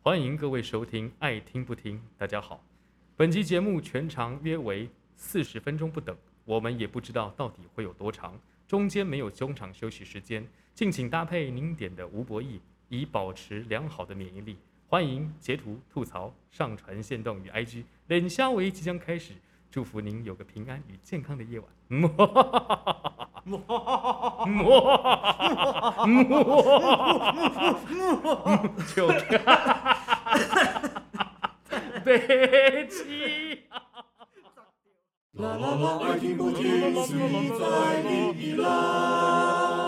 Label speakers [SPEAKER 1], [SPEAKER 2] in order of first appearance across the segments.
[SPEAKER 1] 欢迎各位收听《爱听不听》，大家好。本期节目全长约为四十分钟不等，我们也不知道到底会有多长，中间没有中场休息时间，敬请搭配您点的吴博弈，以保持良好的免疫力。欢迎截图吐槽、上传线动与 IG。冷虾为即将开始，祝福您有个平安与健康的夜晚。嗯哈哈哈哈哈哈就北极。
[SPEAKER 2] 啦啦啦，爱听不听，自在你啦。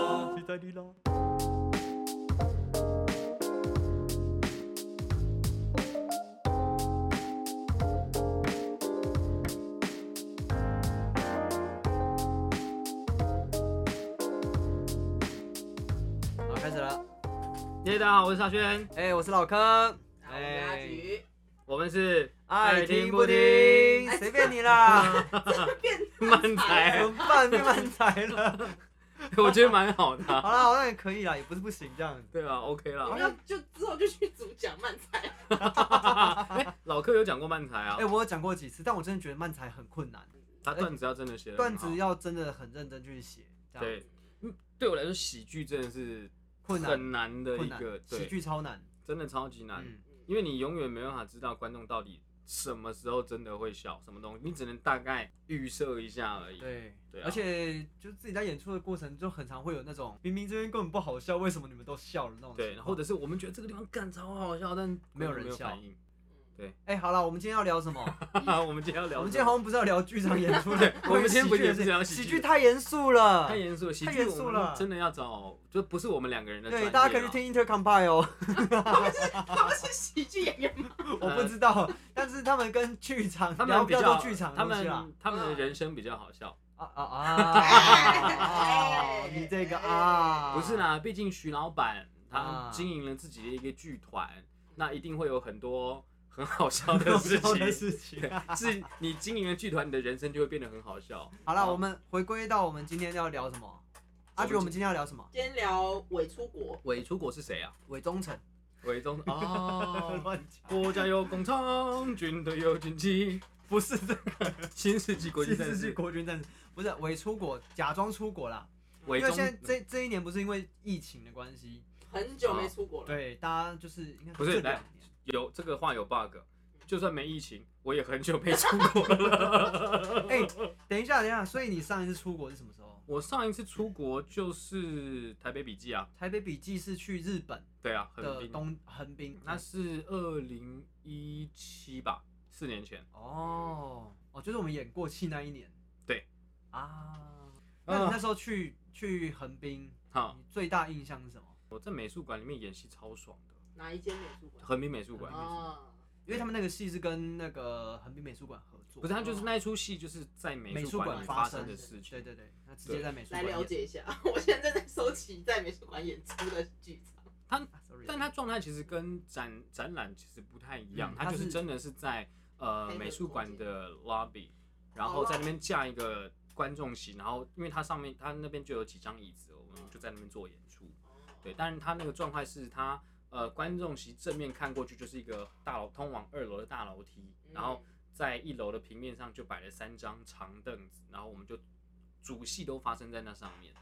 [SPEAKER 3] 好，开始了。
[SPEAKER 1] 耶，大家好，我是沙宣，
[SPEAKER 3] 哎、我是老坑。
[SPEAKER 4] 阿
[SPEAKER 3] 哎、
[SPEAKER 4] 菊，
[SPEAKER 1] 我们是
[SPEAKER 3] 爱听不听，随便你啦。
[SPEAKER 1] 漫才
[SPEAKER 3] 怎，么办？变慢才了。
[SPEAKER 1] 我觉得蛮好的啊，
[SPEAKER 3] 好啦，好像也可以啦，也不是不行这样子。
[SPEAKER 1] 对吧？OK
[SPEAKER 4] 你
[SPEAKER 1] 啦。
[SPEAKER 4] 们要就之后就去主讲漫才，
[SPEAKER 1] 哎，老客有讲过漫才啊
[SPEAKER 3] 哎、，我有讲过几次，但我真的觉得慢才很困难，
[SPEAKER 1] 他段子要真的写得很
[SPEAKER 3] 哎段
[SPEAKER 1] 好
[SPEAKER 3] 子要真的很认真去写，这样
[SPEAKER 1] 对，嗯对我来说喜剧真的是
[SPEAKER 3] 困难
[SPEAKER 1] 很难的
[SPEAKER 3] 困
[SPEAKER 1] 一
[SPEAKER 3] 难
[SPEAKER 1] 个，，
[SPEAKER 3] 喜
[SPEAKER 1] 对，
[SPEAKER 3] 剧超难。
[SPEAKER 1] 真的超级难，
[SPEAKER 3] 嗯，
[SPEAKER 1] 因为你永远没办法知道观众到底什么时候真的会笑，什么东西，你只能大概预设一下而已。
[SPEAKER 3] 对，
[SPEAKER 1] 对啊
[SPEAKER 3] 而且就自己在演出的过程，就很常会有那种明明这边根本不好笑，为什么你们都笑了那种情
[SPEAKER 1] 对，
[SPEAKER 3] 况。
[SPEAKER 1] 或者是我们觉得这个地方干超好笑，但
[SPEAKER 3] 没有
[SPEAKER 1] 观众
[SPEAKER 3] 人
[SPEAKER 1] 没有
[SPEAKER 3] 笑
[SPEAKER 1] 反应。
[SPEAKER 3] 哎、好啦，我们今天要聊什么？
[SPEAKER 1] 啊，我们今天 要聊什么，
[SPEAKER 3] 我们今天好像不是要聊剧场演
[SPEAKER 1] ，
[SPEAKER 3] 出的
[SPEAKER 1] 我们今天不也不是聊喜剧
[SPEAKER 3] 喜剧太严肃了，
[SPEAKER 1] 太严肃了，喜
[SPEAKER 3] 啊太
[SPEAKER 1] 剧
[SPEAKER 3] 严
[SPEAKER 1] 我
[SPEAKER 3] 肃
[SPEAKER 1] 们
[SPEAKER 3] 了
[SPEAKER 1] 真的要找，就不是我们两个人的专业
[SPEAKER 3] 对，
[SPEAKER 1] 啊。
[SPEAKER 3] 大家可以去听 Intercompile，哦
[SPEAKER 4] 他们是喜剧演员吗？
[SPEAKER 3] 我不知道，但是他们跟剧场
[SPEAKER 1] 呃他
[SPEAKER 3] 聊
[SPEAKER 1] 们
[SPEAKER 3] 比
[SPEAKER 1] 比较
[SPEAKER 3] 较多剧场的
[SPEAKER 1] 他
[SPEAKER 3] 东西啊嗯啦
[SPEAKER 1] 们。他们的人生比较好笑。
[SPEAKER 3] 啊啊啊！你这个啊，
[SPEAKER 1] 不是，啦，毕竟徐老板他
[SPEAKER 3] 啊
[SPEAKER 1] 经营了自己的一个剧团，那一定会有很多很好笑的
[SPEAKER 3] 有
[SPEAKER 1] 事
[SPEAKER 3] 时候
[SPEAKER 1] 情。
[SPEAKER 3] 的事情。
[SPEAKER 1] 是你经营了剧团，你的人生就会变得很好笑。
[SPEAKER 3] 好了，我们回归到我们今天要聊什么？阿菊，我们今天要聊什么？
[SPEAKER 4] 今天聊伪出国，
[SPEAKER 1] 伪出国是谁啊？
[SPEAKER 3] 伪忠诚。
[SPEAKER 1] 伪中哦，
[SPEAKER 3] 乱讲，
[SPEAKER 1] 国家有工厂，军队有军旗，
[SPEAKER 3] 不是这
[SPEAKER 1] 新世纪国际
[SPEAKER 3] 其
[SPEAKER 1] 战
[SPEAKER 3] 实是
[SPEAKER 1] 士。
[SPEAKER 3] 国军战士，不是伪出国，假装出国啦。
[SPEAKER 1] 伪
[SPEAKER 3] 因为
[SPEAKER 1] 中
[SPEAKER 3] 现在这这一年不是因为疫情的关系，
[SPEAKER 4] 很久没出国了。
[SPEAKER 3] 对，大家就是应该
[SPEAKER 1] 不是
[SPEAKER 3] 这两
[SPEAKER 1] 来
[SPEAKER 3] 年，
[SPEAKER 1] 有这个话有 bug，就算没疫情，我也很久没出国了。
[SPEAKER 3] 哎、等一下，等一下，所以你上一次出国是什么时候？
[SPEAKER 1] 我上一次出国就是台北笔记啊，
[SPEAKER 3] 台北笔记是去日本
[SPEAKER 1] 对啊，横
[SPEAKER 3] 的
[SPEAKER 1] 滨。
[SPEAKER 3] 东嗯横滨，
[SPEAKER 1] 那是二零一七吧，四年前。
[SPEAKER 3] 哦哦，就是我们演过戏那一年。
[SPEAKER 1] 对
[SPEAKER 3] 啊，那
[SPEAKER 1] 嗯
[SPEAKER 3] 你那时候去去横滨，
[SPEAKER 1] 哈，
[SPEAKER 3] 你最大印象是什么？
[SPEAKER 1] 我在美术馆里面演戏超爽的，
[SPEAKER 4] 哪一间美术馆？
[SPEAKER 1] 横滨美术馆。
[SPEAKER 3] 哦
[SPEAKER 4] 啊，
[SPEAKER 3] 因为他们那个戏是跟那个横滨美术馆合作，
[SPEAKER 1] 不是，它就是那一出戏，就是在美
[SPEAKER 3] 哦美
[SPEAKER 1] 术
[SPEAKER 3] 术
[SPEAKER 1] 馆
[SPEAKER 3] 馆
[SPEAKER 1] 里
[SPEAKER 3] 发
[SPEAKER 1] 发
[SPEAKER 3] 生
[SPEAKER 1] 的事情。
[SPEAKER 3] 对对对，那直接在美术
[SPEAKER 4] 来
[SPEAKER 3] 馆
[SPEAKER 4] 了
[SPEAKER 3] 演。
[SPEAKER 4] 解一下， 我现在正在收集在美术馆演出的剧场。
[SPEAKER 3] 啊
[SPEAKER 1] 但
[SPEAKER 3] ，sorry，
[SPEAKER 1] 它状态其实跟展展览其实不太一样，
[SPEAKER 3] 嗯
[SPEAKER 1] 它就
[SPEAKER 3] 它
[SPEAKER 1] 是
[SPEAKER 3] 是
[SPEAKER 1] 真的是在呃
[SPEAKER 4] 黑色
[SPEAKER 1] 美术馆
[SPEAKER 4] 空间
[SPEAKER 1] 的 lobby，然后在那边架一个观众席，然后因为它上面它那边就有几张椅子，我们就在那边做演出。对，但是它那个状态是它呃观众席正面看过去就是一个大楼通往二楼的大楼梯，然后在一楼的平面上就摆了三张长凳子，然后我们就主戏都发生在那上面。
[SPEAKER 4] 哦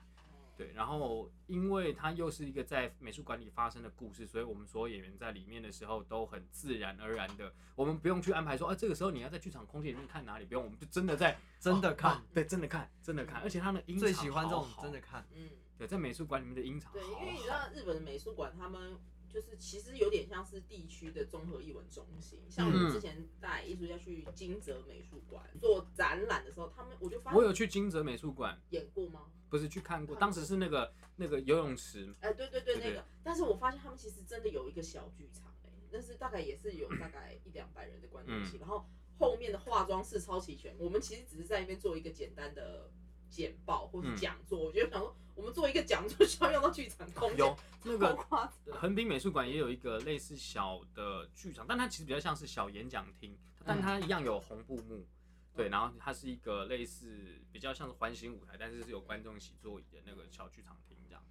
[SPEAKER 1] 对，然后因为它又是一个在美术馆里发生的故事，所以我们所有演员在里面的时候都很自然而然的，我们不用去安排说，啊，这个时候你要在剧场空间里面看哪里，不用，我们就真的在
[SPEAKER 3] 真的看
[SPEAKER 1] 哦哦对，真的看，真的看，而且他们音
[SPEAKER 3] 最
[SPEAKER 1] 场
[SPEAKER 3] 喜欢这
[SPEAKER 1] 好
[SPEAKER 3] 种
[SPEAKER 1] 好
[SPEAKER 3] 真的看，
[SPEAKER 4] 嗯，
[SPEAKER 1] 对，在美术馆里面的音场
[SPEAKER 4] 对，因
[SPEAKER 1] 好
[SPEAKER 4] 为你知
[SPEAKER 1] 好
[SPEAKER 4] 道日本的美术馆，他们就是其实有点像是地区的综合艺文中心。像我
[SPEAKER 1] 嗯
[SPEAKER 4] 们之前带艺术家去金泽美术馆做展览的时候，他们我就发
[SPEAKER 1] 我
[SPEAKER 4] 现
[SPEAKER 1] 有去金泽美术馆，
[SPEAKER 4] 演过吗？
[SPEAKER 1] 不是去看过，当时是那个那个游泳池，
[SPEAKER 4] 哎，对对对，
[SPEAKER 1] 对
[SPEAKER 4] 那个。但是我发现他们其实真的有一个小剧场、哎，但是大概也是有大概一两百人的观众席，然后后面的化妆室超齐全。我们其实只是在那边做一个简单的简报或是讲座。我觉得想说，我们做一个讲座 需要用到剧场空间
[SPEAKER 1] 有，那
[SPEAKER 4] 超
[SPEAKER 1] 个
[SPEAKER 4] 夸张。
[SPEAKER 1] 横滨美术馆也有一个类似小的剧场，但它其实比较像是小演讲厅，
[SPEAKER 3] 嗯
[SPEAKER 1] 但它一样有红布幕，对，然后它是一个类似比较像是环形舞台，但是是有观众席座椅的那个小剧场厅这样，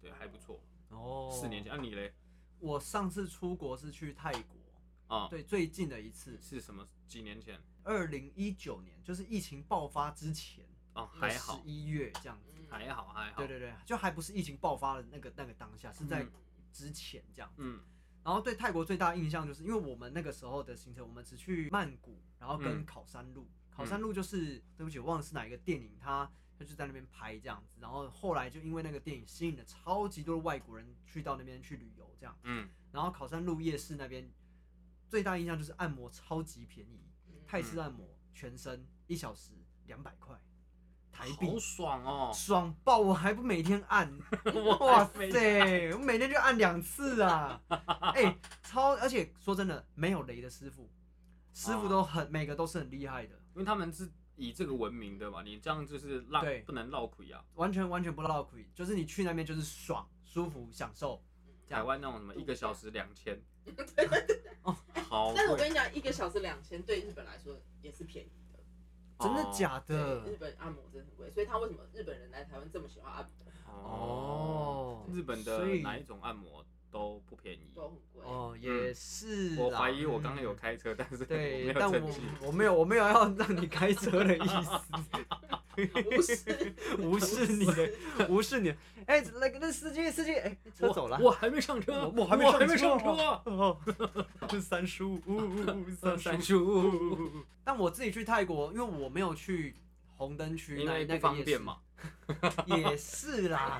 [SPEAKER 1] 对，还不错。
[SPEAKER 3] 哦，
[SPEAKER 1] 四年前，啊你嘞？
[SPEAKER 3] 我上次出国是去泰国，
[SPEAKER 1] 啊、
[SPEAKER 3] 对，最近的一次，
[SPEAKER 1] 是什么？几年前？
[SPEAKER 3] 二零一九年，就是疫情爆发之前，
[SPEAKER 1] 哦，还好，
[SPEAKER 3] 十一月这样子。
[SPEAKER 4] 嗯
[SPEAKER 1] 还好，还好。
[SPEAKER 3] 对对对，就还不是疫情爆发的那个那个当下，是在
[SPEAKER 1] 嗯
[SPEAKER 3] 之前这样。
[SPEAKER 1] 嗯
[SPEAKER 3] 然后对泰国最大的印象就是，因为我们那个时候的行程，我们只去曼谷，然后跟
[SPEAKER 1] 嗯
[SPEAKER 3] 考山路。考山路就是，对不起，我忘了是哪一个电影，他他就在那边拍这样子。然后后来就因为那个电影吸引了超级多的外国人去到那边去旅游这样。
[SPEAKER 1] 嗯，
[SPEAKER 3] 然后考山路夜市那边最大印象就是按摩超级便宜，
[SPEAKER 4] 嗯
[SPEAKER 3] 泰式按摩全身一小时两百块台币
[SPEAKER 1] 好，爽哦！
[SPEAKER 3] 爽爆！我还不每天 按，哇塞，我每天就按两 次啊！哎、超而且说真的，没有雷的师傅，师傅都很、每个都是很厉害的，
[SPEAKER 1] 因为他们是以这个闻名的嘛，你这样就是浪
[SPEAKER 3] 对
[SPEAKER 1] 不能绕亏啊。
[SPEAKER 3] 完全完全不落亏，就是你去那边就是爽、舒服、享受。这样
[SPEAKER 1] 台湾那种什么一个小时两 千，
[SPEAKER 3] 哦
[SPEAKER 1] 好
[SPEAKER 4] 但是我
[SPEAKER 1] 贵，
[SPEAKER 4] 跟你讲，一个小时两千，对日本来说也是便宜的。
[SPEAKER 3] 真的
[SPEAKER 1] 哦
[SPEAKER 3] 假的？
[SPEAKER 4] 对，日本按摩真的很贵，所以他为什么日本人来台湾这么喜欢按摩，
[SPEAKER 1] 哦
[SPEAKER 3] 哦，
[SPEAKER 1] 日本的
[SPEAKER 3] 所以
[SPEAKER 1] 哪一种按摩都不便宜。
[SPEAKER 4] 都很贵。
[SPEAKER 3] 哦，也是啦。
[SPEAKER 1] 我怀疑我刚刚有
[SPEAKER 3] 嗯
[SPEAKER 1] 开车，但 是我没
[SPEAKER 3] 对，
[SPEAKER 1] 有
[SPEAKER 3] 但
[SPEAKER 1] 证
[SPEAKER 3] 我
[SPEAKER 1] 据。
[SPEAKER 3] 我没有我没有要让你开车的意思，
[SPEAKER 4] 不是，
[SPEAKER 3] 无视你的无视你的。哎、那个那司机司机，哎、车走了
[SPEAKER 1] 我，我还没上车，
[SPEAKER 3] 我我还没
[SPEAKER 1] 没
[SPEAKER 3] 上
[SPEAKER 1] 上
[SPEAKER 3] 车
[SPEAKER 1] 车。
[SPEAKER 3] 哦，是三十五，呜呜呜
[SPEAKER 1] 三
[SPEAKER 3] 三
[SPEAKER 1] 三
[SPEAKER 3] 十
[SPEAKER 1] 叔，
[SPEAKER 3] 五。但我自己去泰国，因为我没有去红灯区
[SPEAKER 1] 因
[SPEAKER 3] 那
[SPEAKER 1] 为
[SPEAKER 3] 那
[SPEAKER 1] 不
[SPEAKER 3] 个
[SPEAKER 1] 方
[SPEAKER 3] 夜
[SPEAKER 1] 便
[SPEAKER 3] 市
[SPEAKER 1] 嘛，，
[SPEAKER 3] 也是啦，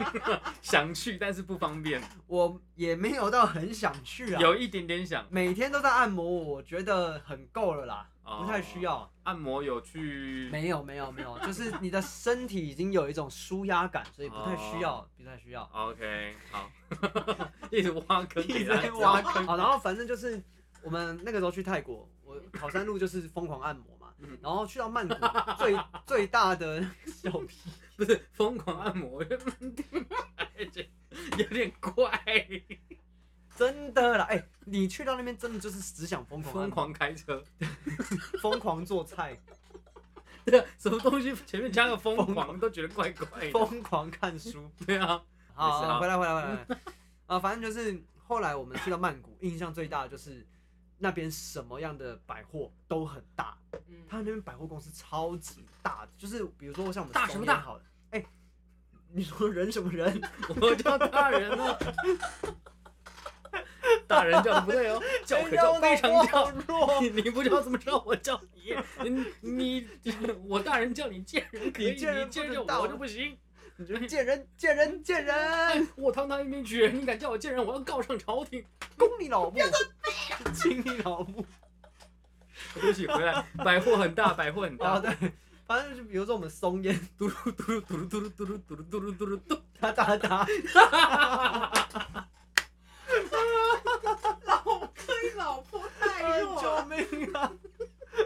[SPEAKER 1] 想去但是不方 便，
[SPEAKER 3] 我也没有到很想去啊。
[SPEAKER 1] 有一点点想。
[SPEAKER 3] 每天都在按摩，我觉得很够了啦，
[SPEAKER 1] 哦
[SPEAKER 3] 不太需要。
[SPEAKER 1] 按摩有去，
[SPEAKER 3] 没有没有没有，就是你的身体已经有一种舒压感，所以不太需要，不太需要。
[SPEAKER 1] OK，好， 一直挖坑
[SPEAKER 3] 一
[SPEAKER 1] 给
[SPEAKER 3] 直
[SPEAKER 1] 他
[SPEAKER 3] 在挖坑。 好，然后反正就是我们那个时候去泰国，我考山路就是疯狂按摩嘛
[SPEAKER 1] 嗯，
[SPEAKER 3] 然后去到曼谷最 最大的小屁，
[SPEAKER 1] 不是疯狂按摩，我觉得有点怪，
[SPEAKER 3] 真的啦，哎、你去到那边真的就是只想疯狂按
[SPEAKER 1] 疯
[SPEAKER 3] 摩
[SPEAKER 1] 狂开车，
[SPEAKER 3] 疯狂做 菜，
[SPEAKER 1] 对啊，什么东西前面加个疯
[SPEAKER 3] 疯
[SPEAKER 1] 狂都觉得怪怪的，
[SPEAKER 3] 疯狂看书。
[SPEAKER 1] 对啊，
[SPEAKER 3] 好，
[SPEAKER 1] 没事啊
[SPEAKER 3] 好回来回来回来回来。 啊，反正就是后来我们去到曼谷，印象最大的就是那边什么样的百货都很大，
[SPEAKER 4] 嗯
[SPEAKER 3] 他那边百货公司超级大的，就是比如说像我们
[SPEAKER 1] 大
[SPEAKER 3] 松
[SPEAKER 1] 什么
[SPEAKER 3] 烟
[SPEAKER 1] 大
[SPEAKER 3] 好了，哎、你说人什么人？
[SPEAKER 1] 我叫大人呢，大人叫的不对哦，叫
[SPEAKER 3] 哎
[SPEAKER 1] 可叫非常叫。
[SPEAKER 3] 弱，
[SPEAKER 1] 你你不知道怎么知道我叫你？你你我大人叫你贱人可以，
[SPEAKER 3] 你贱人
[SPEAKER 1] 你贱人
[SPEAKER 3] 不
[SPEAKER 1] 叫
[SPEAKER 3] 知道
[SPEAKER 1] 我我就不行。
[SPEAKER 3] 你哎就见人见人见人，
[SPEAKER 1] 我堂堂一名举人，你敢叫我贱人，我要告上朝廷。
[SPEAKER 3] 攻你老母，亲你老 母。
[SPEAKER 1] 对不起，回来，百货很大，百货很大。
[SPEAKER 3] 啊，对，反正就是比如说我们松烟
[SPEAKER 1] 嘟噜嘟噜嘟噜嘟噜嘟噜嘟噜嘟噜嘟噜嘟。
[SPEAKER 3] 哒哒哒，
[SPEAKER 4] 老对老婆
[SPEAKER 3] 哎
[SPEAKER 4] 太弱了
[SPEAKER 3] 救。命啊！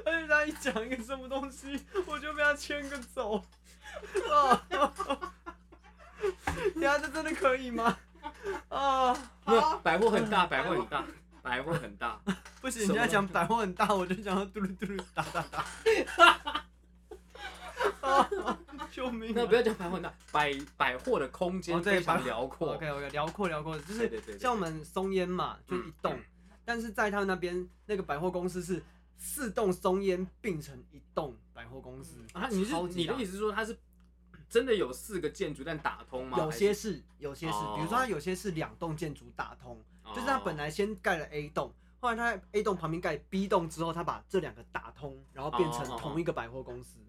[SPEAKER 3] 而且他一讲一个什么东西，我就被他牵个走。啊！等下这真的可以吗？啊，
[SPEAKER 1] 没有，百货很大，百货很大，百货很大。
[SPEAKER 3] 不行！人家讲百货很大，我就讲到嘟噜嘟噜哒哒哒。啊！救命、
[SPEAKER 1] 那
[SPEAKER 3] 啊
[SPEAKER 1] 不！要讲百货很大，百百货的空间
[SPEAKER 3] 哦对
[SPEAKER 1] 非常
[SPEAKER 3] 百
[SPEAKER 1] 辽阔。
[SPEAKER 3] OK OK，辽阔辽阔，就
[SPEAKER 1] 对
[SPEAKER 3] 是
[SPEAKER 1] 对对，对
[SPEAKER 3] 像我们松烟嘛，就一栋，
[SPEAKER 1] 嗯
[SPEAKER 3] 但是在他们那边那个百货公司是四栋松烟并成一栋百货公司，
[SPEAKER 1] 啊，你是
[SPEAKER 3] 超级
[SPEAKER 1] 你
[SPEAKER 3] 大
[SPEAKER 1] 的意思是说它是真的有四个建筑但打通吗？
[SPEAKER 3] 有些是有些是，
[SPEAKER 1] 嗯哦
[SPEAKER 3] 比如说它有些是两栋建筑打通，
[SPEAKER 1] 还
[SPEAKER 3] 就是它本来先盖了 A 栋。后来它在 A 栋旁边盖 B 栋之后，它把这两个打通，然后变成
[SPEAKER 1] 哦哦哦
[SPEAKER 3] 同一个百货公司，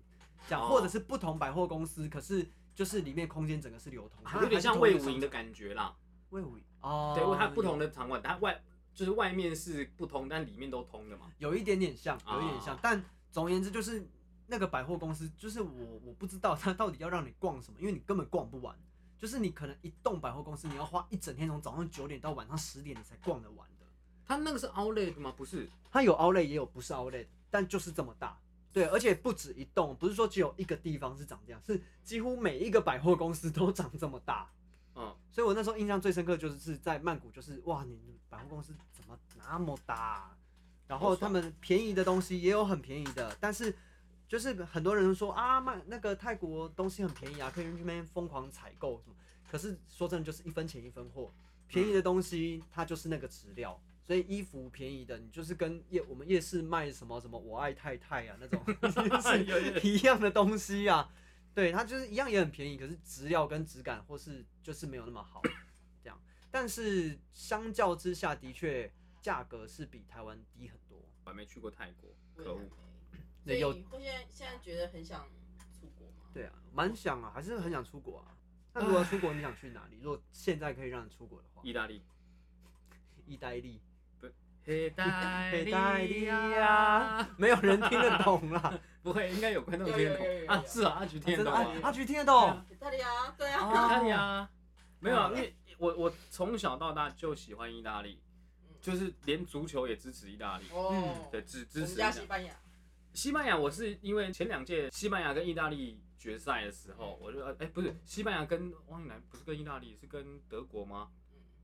[SPEAKER 3] 这样
[SPEAKER 1] 哦
[SPEAKER 3] 或者是不同百货公司，可是就是里面空间整个是流通
[SPEAKER 1] 哦，有点像魏武营的感觉啦。
[SPEAKER 3] 魏武营哦，
[SPEAKER 1] 对，它不同的场馆，它外就是外面是不通，但里面都通的嘛。
[SPEAKER 3] 有一点点像，
[SPEAKER 1] 啊
[SPEAKER 3] 有一点像，但总而言之就是那个百货公司，就是我我不知道它到底要让你逛什么，因为你根本逛不完。就是你可能一栋百货公司，你要花一整天，从早上九点到晚上十点，你才逛得完的。
[SPEAKER 1] 它那个是 Outlet 吗？不是，
[SPEAKER 3] 它有 Outlet 也有不是 Outlet，但就是这么大。对，而且不止一栋，不是说只有一个地方是长这样，是几乎每一个百货公司都长这么大。
[SPEAKER 1] 嗯，
[SPEAKER 3] 所以我那时候印象最深刻就是是在曼谷，就是哇，你百货公司怎么那么大啊、然后他们便宜的东西也有很便宜的，但是就是很多人说啊，曼那个泰国东西很便宜啊，可以去那边疯狂采购什么。可是说真的，就是一分钱一分货，便宜的东西它就是那个质量，所以衣服便宜的，你就是跟夜我们夜市卖什么什么我爱太太啊那种 是一样的东西啊。对，它就是一样也很便宜，可是质量跟质感或是就是没有那么好，这样。但是相较之下，的确价格是比台湾低很多。
[SPEAKER 1] 我还没去过泰国，
[SPEAKER 4] 我也
[SPEAKER 1] 可
[SPEAKER 4] 还
[SPEAKER 1] 恶
[SPEAKER 4] 没。所
[SPEAKER 3] 对
[SPEAKER 4] 以
[SPEAKER 3] 有
[SPEAKER 4] 你会现在现在觉得很想出国吗？
[SPEAKER 3] 对啊，蛮想啊，还是很想出国啊。那如果要出国，你想去哪里？如果现在可以让你出国的话，
[SPEAKER 1] 意大利，
[SPEAKER 3] 意大利，
[SPEAKER 1] 意大
[SPEAKER 3] 意大利啊，没有人听得懂啦。
[SPEAKER 1] 不会，应该有观众
[SPEAKER 4] 有
[SPEAKER 1] 听
[SPEAKER 4] 有
[SPEAKER 1] 得
[SPEAKER 4] 有有
[SPEAKER 1] 懂
[SPEAKER 4] 有
[SPEAKER 1] 啊？是啊，阿菊听
[SPEAKER 3] 哦真
[SPEAKER 1] 得
[SPEAKER 3] 的，
[SPEAKER 1] 懂
[SPEAKER 3] 阿
[SPEAKER 1] 啊？
[SPEAKER 3] 阿菊听得懂，
[SPEAKER 4] 意大利啊，对啊，
[SPEAKER 1] 意大
[SPEAKER 3] 哦
[SPEAKER 1] 利啊，没有啊，
[SPEAKER 4] 嗯
[SPEAKER 1] 因为我我从小到大就喜欢意大利，就是连足球也支持意大利，
[SPEAKER 4] 哦，
[SPEAKER 1] 对，支
[SPEAKER 4] 我
[SPEAKER 1] 支持
[SPEAKER 4] 们
[SPEAKER 1] 意
[SPEAKER 4] 家
[SPEAKER 1] 大
[SPEAKER 4] 西
[SPEAKER 1] 利。
[SPEAKER 4] 班牙，
[SPEAKER 1] 西班牙，我是因为前两届西班牙跟意大利决赛的时候，我就呃哎、不是西班牙跟忘记哪不是跟意大利是跟德国吗？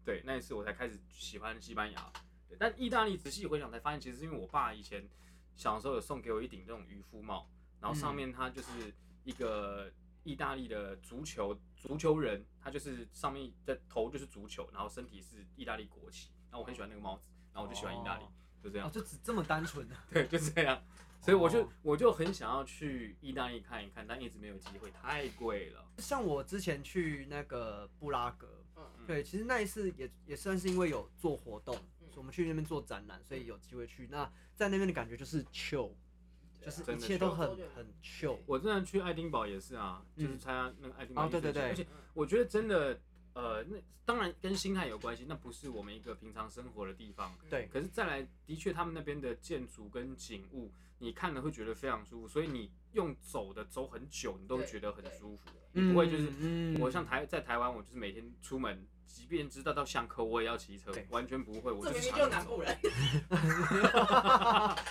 [SPEAKER 1] 对，那一次我才开始喜欢西班牙。对，但意大利仔细回想才发现，其实是因为我爸以前小时候有送给我一顶这种渔夫帽，然后上面它就是一个意大利的足球足球人，他就是上面的头就是足球，然后身体是意大利国旗，然后我很喜欢那个帽子，然后我就喜欢意大利，
[SPEAKER 3] 哦
[SPEAKER 1] 就这样
[SPEAKER 3] 哦，。就只这么单纯的。
[SPEAKER 1] 对，就这样。所以我就、
[SPEAKER 3] 哦
[SPEAKER 1] 我就很想要去意大利看一看，但一直没有机会，太贵了。
[SPEAKER 3] 像我之前去那个布拉格，
[SPEAKER 4] 嗯，
[SPEAKER 3] 对，其实那一次也也算是因为有做活动，
[SPEAKER 4] 嗯
[SPEAKER 3] 所以我们去那边做展览，所以有机会去。那在那边的感觉就是 chill，就是
[SPEAKER 1] 啊真
[SPEAKER 3] 一
[SPEAKER 1] 的
[SPEAKER 3] 切都
[SPEAKER 4] chill
[SPEAKER 3] 很很 chill。
[SPEAKER 1] 我之前去爱丁堡也是啊，就是
[SPEAKER 3] 嗯
[SPEAKER 1] 参加那个爱丁堡
[SPEAKER 3] 哦
[SPEAKER 1] 艺术
[SPEAKER 3] 对
[SPEAKER 1] 节
[SPEAKER 3] 对对
[SPEAKER 1] 而
[SPEAKER 4] 嗯
[SPEAKER 1] 且我觉得真的，呃，那当然跟心态有关系，那不是我们一个平常生活的地方。
[SPEAKER 4] 嗯
[SPEAKER 3] 对
[SPEAKER 1] 可是再来，的确他们那边的建筑跟景物，你看了会觉得非常舒服，所以你用走的走很久，你都会
[SPEAKER 4] 对
[SPEAKER 1] 觉得很
[SPEAKER 4] 对
[SPEAKER 1] 舒服，你不会就是
[SPEAKER 3] 嗯
[SPEAKER 1] 我像台在台湾，我就是每天出门，即便知道到巷口，我也要骑车
[SPEAKER 3] 对，
[SPEAKER 1] 完全不会。我
[SPEAKER 4] 这
[SPEAKER 1] 就
[SPEAKER 4] 明
[SPEAKER 1] 是常
[SPEAKER 4] 明就
[SPEAKER 1] 常
[SPEAKER 4] 南
[SPEAKER 1] 走
[SPEAKER 4] 部人，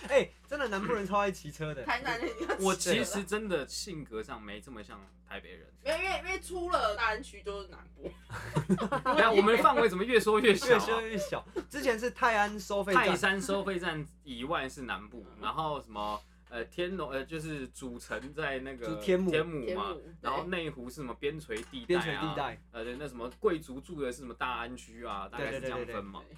[SPEAKER 3] 哎、真的南部人超爱骑车的。
[SPEAKER 4] 台南人要
[SPEAKER 1] 我
[SPEAKER 4] 骑
[SPEAKER 1] 其
[SPEAKER 4] 车
[SPEAKER 1] 实真的性格上没这么像台北人，
[SPEAKER 4] 没有，因为因为出了大安区就是南部，
[SPEAKER 1] 然后我们的范围怎么越缩越小、
[SPEAKER 3] 越修
[SPEAKER 1] 啊？
[SPEAKER 3] 越小。之前是泰安收费
[SPEAKER 1] 泰
[SPEAKER 3] 站，
[SPEAKER 1] 山收费站以外是南部，然后什么呃天龙呃就是主城在那个
[SPEAKER 3] 就天母
[SPEAKER 1] 天母
[SPEAKER 4] 天
[SPEAKER 1] 嘛
[SPEAKER 4] 母，
[SPEAKER 1] 然后内湖是什么边陲地带
[SPEAKER 3] 边
[SPEAKER 1] 啊，
[SPEAKER 3] 陲地带，
[SPEAKER 1] 呃对那什么贵族住的是什么大安区啊，大概是
[SPEAKER 3] 对对
[SPEAKER 1] 这
[SPEAKER 3] 对
[SPEAKER 1] 样
[SPEAKER 3] 对对
[SPEAKER 1] 分嘛
[SPEAKER 4] 对。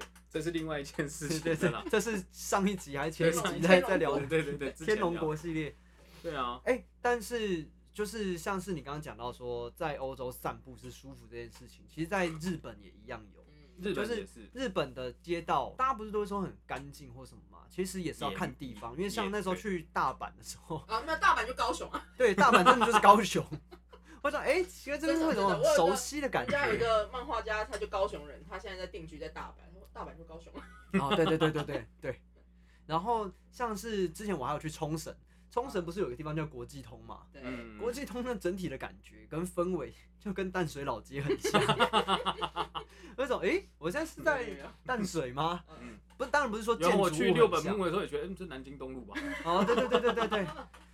[SPEAKER 1] 对，这啊是另外一件事
[SPEAKER 3] 对
[SPEAKER 1] 情
[SPEAKER 3] 对
[SPEAKER 1] 了啦
[SPEAKER 3] 对， 这是上一集还是前
[SPEAKER 1] 对
[SPEAKER 3] 几
[SPEAKER 1] 上
[SPEAKER 3] 集
[SPEAKER 4] 一集
[SPEAKER 3] 在在聊的
[SPEAKER 1] 对对对，之前
[SPEAKER 3] 天龙
[SPEAKER 1] 聊
[SPEAKER 3] 国系列。
[SPEAKER 1] 对啊，
[SPEAKER 3] 哎、但是就是像是你刚刚讲到说，在欧洲散步是舒服这件事情，其实在日本也一样有。
[SPEAKER 4] 嗯，
[SPEAKER 1] 日本
[SPEAKER 3] 就是
[SPEAKER 1] 也是
[SPEAKER 3] 日本的街道，大家不是都会说很干净或什么嘛？其实也是要
[SPEAKER 1] 也
[SPEAKER 3] 看地方，因为
[SPEAKER 1] 也
[SPEAKER 3] 像那时候
[SPEAKER 1] 对
[SPEAKER 3] 去大阪的时候，
[SPEAKER 4] 啊，那大阪就高雄啊，
[SPEAKER 3] 对，大阪真的就是高雄。我想，哎、其实这边
[SPEAKER 4] 真的
[SPEAKER 3] 会有
[SPEAKER 4] 真的
[SPEAKER 3] 种
[SPEAKER 4] 我有
[SPEAKER 3] 熟
[SPEAKER 4] 个
[SPEAKER 3] 悉的感
[SPEAKER 4] 人家有一
[SPEAKER 3] 觉。
[SPEAKER 4] 个漫画家，他就高雄人，他现在在定居在大阪，大阪就高雄啊，
[SPEAKER 3] 哦，对对对对对对。然后像是之前我还有去冲绳，冲绳不是有个地方叫国际通嘛？
[SPEAKER 4] 对，
[SPEAKER 1] 嗯，
[SPEAKER 3] 呃国际通的整体的感觉跟氛围 就跟淡水老街 很像，有一种诶，我现在是在
[SPEAKER 4] 没有没有
[SPEAKER 3] 淡水吗？
[SPEAKER 1] 嗯
[SPEAKER 3] 不，当然不是说建
[SPEAKER 1] 然
[SPEAKER 3] 筑
[SPEAKER 1] 后
[SPEAKER 3] 物
[SPEAKER 1] 我去六
[SPEAKER 3] 很
[SPEAKER 1] 本
[SPEAKER 3] 像
[SPEAKER 1] 木的时候也觉得，嗯，这南京东路 吧，
[SPEAKER 3] 哦，对对对对对对。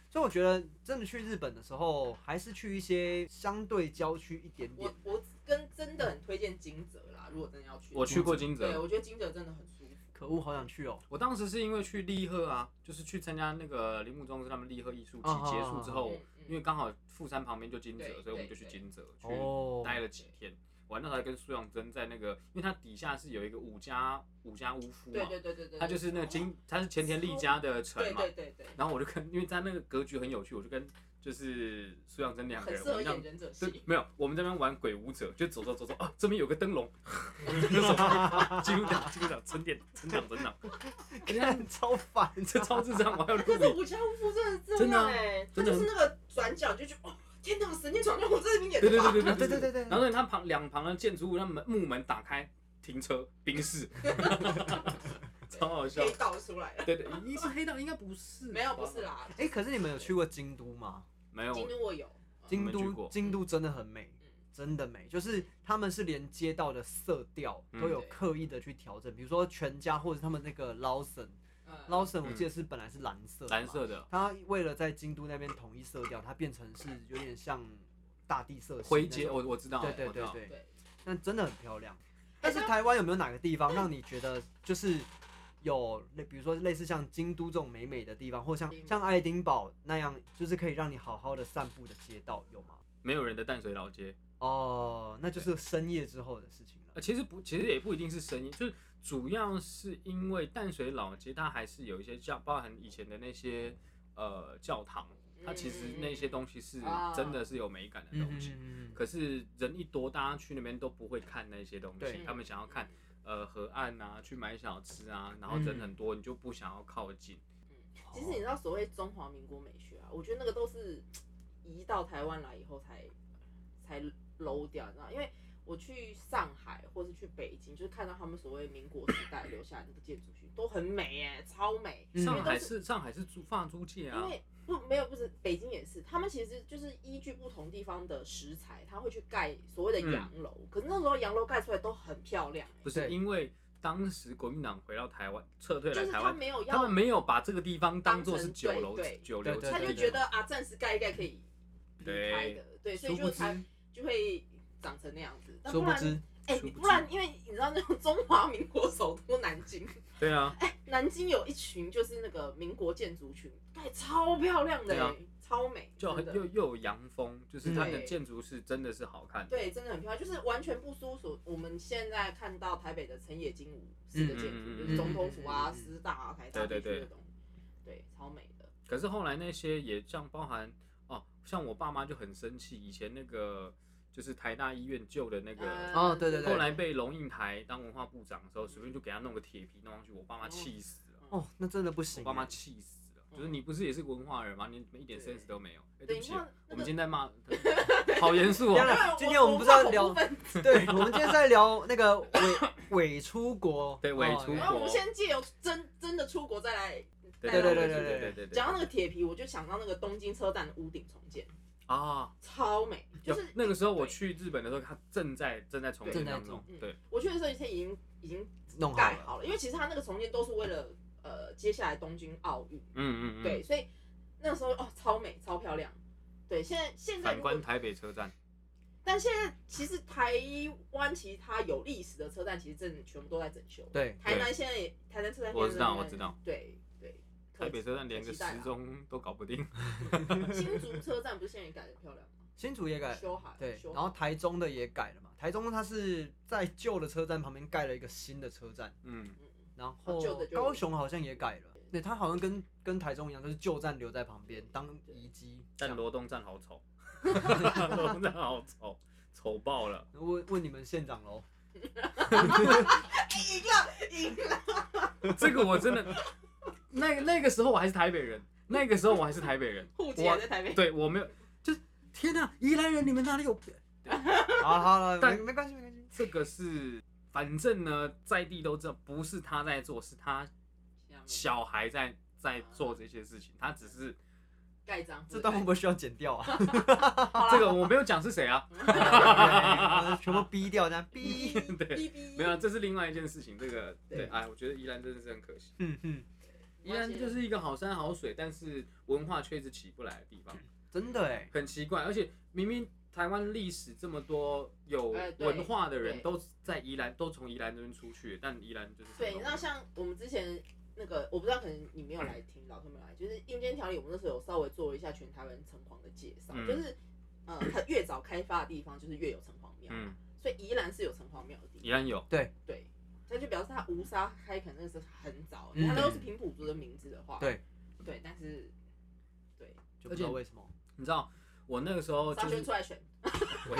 [SPEAKER 3] 所以我觉得真的去日本的时候，还是去一些相对郊区一点点
[SPEAKER 4] 我。我跟真的很推荐金泽啦，如果真的要去，
[SPEAKER 1] 我去过金
[SPEAKER 4] 对，
[SPEAKER 1] 泽，
[SPEAKER 4] 我觉得金泽真的很舒服，
[SPEAKER 3] 可恶，好想去哦！
[SPEAKER 1] 我当时是因为去立贺啊，就是去参加那个铃木宗是他们立贺艺术
[SPEAKER 3] 哦
[SPEAKER 1] 季结束之后
[SPEAKER 4] 嗯，嗯
[SPEAKER 1] 因为刚好富山旁边就金泽，
[SPEAKER 4] 对
[SPEAKER 1] 所以我们就
[SPEAKER 4] 对
[SPEAKER 1] 去
[SPEAKER 4] 对
[SPEAKER 1] 金泽去
[SPEAKER 3] 哦
[SPEAKER 1] 待了几天。我那时候还跟苏永贞在那个，因为它底下是有一个五家五家屋夫
[SPEAKER 4] 对
[SPEAKER 1] 嘛，
[SPEAKER 4] 对对对对，
[SPEAKER 1] 它就是那个金，它是前田利家的城
[SPEAKER 4] 对
[SPEAKER 1] 嘛。
[SPEAKER 4] 对对对，
[SPEAKER 1] 然后我就跟，因为它那个格局很有趣，我就跟就是苏养真两个
[SPEAKER 4] 很
[SPEAKER 1] 人，
[SPEAKER 4] 适
[SPEAKER 1] 我
[SPEAKER 4] 合
[SPEAKER 1] 们这
[SPEAKER 4] 演
[SPEAKER 1] 样
[SPEAKER 4] 忍者
[SPEAKER 1] 对
[SPEAKER 4] 戏，，
[SPEAKER 1] 没有，我们这边玩鬼舞者，就走走走走啊，这边有个灯 笼， 就走 进入党进入党成点成长成长，
[SPEAKER 3] 看超烦，
[SPEAKER 1] 这超智障， 我还有录
[SPEAKER 4] 但是
[SPEAKER 1] 影，
[SPEAKER 4] 五家屋夫真的这
[SPEAKER 1] 真的
[SPEAKER 4] 样
[SPEAKER 1] 啊
[SPEAKER 4] 哎，他
[SPEAKER 1] 真的
[SPEAKER 4] 就是那个转角就觉得哦，天哪，神剑闯江湖这是你演
[SPEAKER 1] 对
[SPEAKER 4] 的
[SPEAKER 1] 对
[SPEAKER 4] 吧？
[SPEAKER 1] 对
[SPEAKER 3] 啊
[SPEAKER 1] 对对
[SPEAKER 3] 对对对
[SPEAKER 1] 对。
[SPEAKER 3] 对
[SPEAKER 1] 然，后呢，它旁两旁的建筑物，它门木门打开，停车冰 室， 超好笑
[SPEAKER 4] 可。以倒出来了，
[SPEAKER 1] 对对，一是黑道，应该不是，
[SPEAKER 4] 没有不是，啦，
[SPEAKER 3] 哎，可是你们有去过京都吗？
[SPEAKER 1] 没有，
[SPEAKER 4] 京都我有，
[SPEAKER 1] 我
[SPEAKER 3] 京
[SPEAKER 1] 没去
[SPEAKER 3] 都
[SPEAKER 1] 过嗯
[SPEAKER 3] 京都真的很美，真的美，就是他们是连街道的色调
[SPEAKER 1] 嗯
[SPEAKER 3] 都有
[SPEAKER 4] 对
[SPEAKER 3] 刻意的去调整，比如说全家或者他们那个 Lawson
[SPEAKER 4] 嗯
[SPEAKER 3] Lawson，我记得是本来是蓝色，
[SPEAKER 1] 蓝色，的
[SPEAKER 3] 它为了在京都那边统一色调，它变成是有点像大地色系
[SPEAKER 1] 灰
[SPEAKER 3] 那
[SPEAKER 1] 阶，
[SPEAKER 3] 种
[SPEAKER 1] 我我知道，
[SPEAKER 3] 对对
[SPEAKER 1] 我知道
[SPEAKER 3] 对对，
[SPEAKER 4] 对，
[SPEAKER 3] 那真的很漂亮。但是台湾有没有哪个地方让你觉得就是有类，比如说类似像京都这种美美的地方，或像像爱丁堡那样，就是可以让你好好的散步的街道有吗？
[SPEAKER 1] 没有人的淡水老街，
[SPEAKER 3] 哦，那就是深夜之后的事情了。
[SPEAKER 1] 呃，其实不，其实也不一定是声音，就是主要是因为淡水老街它还是有一些教，包含以前的那些呃教堂，它其实那些东西是
[SPEAKER 4] 嗯啊
[SPEAKER 1] 真的是有美感的东西。
[SPEAKER 3] 嗯
[SPEAKER 1] 可是人一多，大家去那边都不会看那些东
[SPEAKER 3] 对
[SPEAKER 1] 西，他们想要看呃河岸啊，去买小吃啊，然后
[SPEAKER 4] 嗯
[SPEAKER 1] 人很多，你就不想要靠近。
[SPEAKER 4] 其实你知道所谓中华民国美学啊，我觉得那个都是移到台湾来以后才才 low 掉，你知道吗？因为我去上海或是去北京，就是看到他们所谓民国时代留下来那个建筑群都很美耶、超美。
[SPEAKER 3] 嗯
[SPEAKER 1] 上海是上海是租放租界啊
[SPEAKER 4] 因，为不没有不是北京也是，他们其实就是依据不同地方的食材，他会去盖所谓的洋楼。可是那时候洋楼盖出来都很漂亮、
[SPEAKER 1] 嗯不
[SPEAKER 4] 欸，
[SPEAKER 1] 是
[SPEAKER 3] 对
[SPEAKER 1] 因为当时国民党回到台湾撤退
[SPEAKER 4] 就
[SPEAKER 1] 来
[SPEAKER 4] 是
[SPEAKER 1] 台
[SPEAKER 4] 他
[SPEAKER 1] 湾，
[SPEAKER 4] 没有要，
[SPEAKER 1] 他们没有把这个地方当
[SPEAKER 4] 当
[SPEAKER 1] 做
[SPEAKER 4] 成
[SPEAKER 1] 是酒
[SPEAKER 4] 对
[SPEAKER 1] 楼
[SPEAKER 4] 对
[SPEAKER 1] 酒楼之地，
[SPEAKER 4] 他就
[SPEAKER 3] 对
[SPEAKER 4] 觉得啊，暂时盖一盖可以离开的，对，所以
[SPEAKER 3] 殊
[SPEAKER 4] 就
[SPEAKER 3] 不
[SPEAKER 4] 才
[SPEAKER 3] 知，
[SPEAKER 4] 就会长成那样子。但
[SPEAKER 3] 殊
[SPEAKER 4] 不
[SPEAKER 3] 不
[SPEAKER 4] 然，
[SPEAKER 3] 知，
[SPEAKER 4] 哎、
[SPEAKER 1] 殊不知
[SPEAKER 4] 不然因为你知道那种 中华民国首都南京，
[SPEAKER 1] 对啊，
[SPEAKER 4] 哎、南京有一群就是那个民国建筑群，盖超漂亮的、
[SPEAKER 1] 对
[SPEAKER 4] 欸
[SPEAKER 1] 啊
[SPEAKER 4] 超美，
[SPEAKER 1] 就很
[SPEAKER 4] 真的
[SPEAKER 1] 又又有洋风，就是
[SPEAKER 3] 嗯
[SPEAKER 1] 它的
[SPEAKER 4] 对
[SPEAKER 1] 建筑是真的是好看的。
[SPEAKER 4] 对，真的很漂亮，就是完全不输所我们现在看到台北的城野金吾式的建筑，
[SPEAKER 1] 嗯嗯嗯
[SPEAKER 4] 就是总统府啊、
[SPEAKER 3] 嗯嗯嗯
[SPEAKER 4] 师大啊、台大
[SPEAKER 1] 对对
[SPEAKER 4] 地区的
[SPEAKER 1] 对
[SPEAKER 4] 东西，对，超美的。
[SPEAKER 1] 可是后来那些也像包含哦，像我爸妈就很生气，以前那个就是台大医院旧的那个。
[SPEAKER 4] 呃
[SPEAKER 3] 哦对对对
[SPEAKER 1] 后来被龙应台当文化部长的时候，随便就给他弄个铁皮弄上去，我爸妈气死了，
[SPEAKER 3] 哦，那真的不行
[SPEAKER 1] 我
[SPEAKER 3] 欸。
[SPEAKER 1] 爸妈气死了。
[SPEAKER 3] 嗯
[SPEAKER 1] 就是你不是也是文化人吗？你怎么一点
[SPEAKER 4] 对
[SPEAKER 1] sense 都没有。哎
[SPEAKER 4] 对
[SPEAKER 1] 不起
[SPEAKER 4] 你看，
[SPEAKER 1] 我们今天在骂， 好严肃 哦。
[SPEAKER 3] 当 然
[SPEAKER 4] 因为
[SPEAKER 3] 今天我们不是要聊
[SPEAKER 4] 我怕恐怖 分子
[SPEAKER 3] 对，我们今天在聊那个伪伪出国，哦
[SPEAKER 1] 对伪出国
[SPEAKER 4] 然后我们先借由真真的出国再来
[SPEAKER 1] 对
[SPEAKER 4] 带
[SPEAKER 1] 对对对
[SPEAKER 4] 到那个
[SPEAKER 1] 对
[SPEAKER 3] 对对
[SPEAKER 1] 对
[SPEAKER 3] 对
[SPEAKER 1] 对对。
[SPEAKER 4] 讲到那个铁皮，我就想到那个东京车站的屋顶重建，
[SPEAKER 1] 啊，
[SPEAKER 4] 超美。就
[SPEAKER 1] 有
[SPEAKER 4] 是
[SPEAKER 1] 那个时候我
[SPEAKER 4] 对
[SPEAKER 1] 去日本的时候，它正在正在重建
[SPEAKER 3] 正在
[SPEAKER 1] 当中
[SPEAKER 4] 重嗯，
[SPEAKER 1] 对，
[SPEAKER 4] 我去的时候，它已经已经
[SPEAKER 3] 弄好
[SPEAKER 4] 盖
[SPEAKER 3] 了。
[SPEAKER 4] 好了，因为其实它那个重建都是为了呃接下来东京奥运，
[SPEAKER 1] 嗯嗯嗯。
[SPEAKER 4] 对，，所以那个时候哦超美超漂亮。对，现在现在
[SPEAKER 1] 反
[SPEAKER 4] 如果
[SPEAKER 1] 观台北车站，
[SPEAKER 4] 但现在其实台湾其实它有历史的车站，其实真的全部都在整修。
[SPEAKER 3] 对，
[SPEAKER 4] 台南现在也台南车站现在
[SPEAKER 1] 我知道
[SPEAKER 4] 在
[SPEAKER 1] 我知道。
[SPEAKER 4] 对对，可
[SPEAKER 1] 台北车站连
[SPEAKER 4] 可
[SPEAKER 1] 个
[SPEAKER 4] 期待
[SPEAKER 1] 时
[SPEAKER 4] 啊
[SPEAKER 1] 钟都搞不定。
[SPEAKER 4] 新竹车站不是现在也改的漂亮吗？
[SPEAKER 3] 新竹也改，
[SPEAKER 4] 修好，
[SPEAKER 3] 对
[SPEAKER 4] 修，好
[SPEAKER 3] 然后台中的也改了嘛。台中它是在旧的车站旁边盖了一个新的车站，
[SPEAKER 1] 嗯，
[SPEAKER 4] 嗯
[SPEAKER 3] 然
[SPEAKER 4] 哦
[SPEAKER 3] 后
[SPEAKER 4] 旧的就
[SPEAKER 3] 高雄好像也改了。对，它好像跟跟台中一样，就是旧站留在旁边当遗迹。这
[SPEAKER 1] 但
[SPEAKER 3] 样
[SPEAKER 1] 罗东站好丑， 罗东站好丑，丑爆了。
[SPEAKER 3] 问问你们县长喽，
[SPEAKER 4] 嗯 赢 了，
[SPEAKER 1] 这个我真的，那那个时候我还是台北人，那个时候我还是台北人，
[SPEAKER 4] 户籍还在台北。
[SPEAKER 1] 对我没有，就是天啊哪、宜兰人你们哪里有？
[SPEAKER 3] 好了好了，没
[SPEAKER 1] 但
[SPEAKER 3] 没关系没关系。
[SPEAKER 1] 这个是，反正呢，在地都知道，不是他在做，是他小孩在在做这些事情，他只是
[SPEAKER 4] 盖章，
[SPEAKER 3] 这段会不会需要剪掉啊？
[SPEAKER 1] 这个我没有讲是谁啊，
[SPEAKER 3] 全部逼掉，这样逼。
[SPEAKER 1] 对
[SPEAKER 4] 哔哔
[SPEAKER 1] 没有，啊这是另外一件事情，这个
[SPEAKER 4] 对
[SPEAKER 1] 对，哎，我觉得宜兰真的是很可惜，
[SPEAKER 3] 嗯嗯，
[SPEAKER 1] 宜兰就是一个好山好水，但是文化却是起不来的地方。
[SPEAKER 3] 真的哎，
[SPEAKER 1] 很奇怪，而且明明台湾历史这么多有
[SPEAKER 4] 哎对
[SPEAKER 1] 文化的人
[SPEAKER 4] 对
[SPEAKER 1] 都在宜兰，都从宜兰这边出去，但宜兰就是
[SPEAKER 4] 对，你知道
[SPEAKER 1] 像
[SPEAKER 4] 像我们之前那个，我不知道可能你没有来听，老师没有来，就是硬件条例，我们那时候有稍微做了一下全台湾城隍的介绍，
[SPEAKER 1] 嗯
[SPEAKER 4] 就是呃，它越早开发的地方就是越有城隍庙，
[SPEAKER 1] 嗯，
[SPEAKER 4] 所以宜兰是有城隍庙的地
[SPEAKER 1] 宜兰有
[SPEAKER 4] 方，对。那就表示它吴沙开垦那时候很早，
[SPEAKER 3] 嗯
[SPEAKER 4] 它都是平埔族的名字的话，
[SPEAKER 3] 对
[SPEAKER 4] 对，但是
[SPEAKER 3] 就不知道为什么
[SPEAKER 1] 你知道我那个时候哦
[SPEAKER 4] 张
[SPEAKER 1] 就
[SPEAKER 4] 轩
[SPEAKER 1] 是
[SPEAKER 4] 出来选，
[SPEAKER 1] 我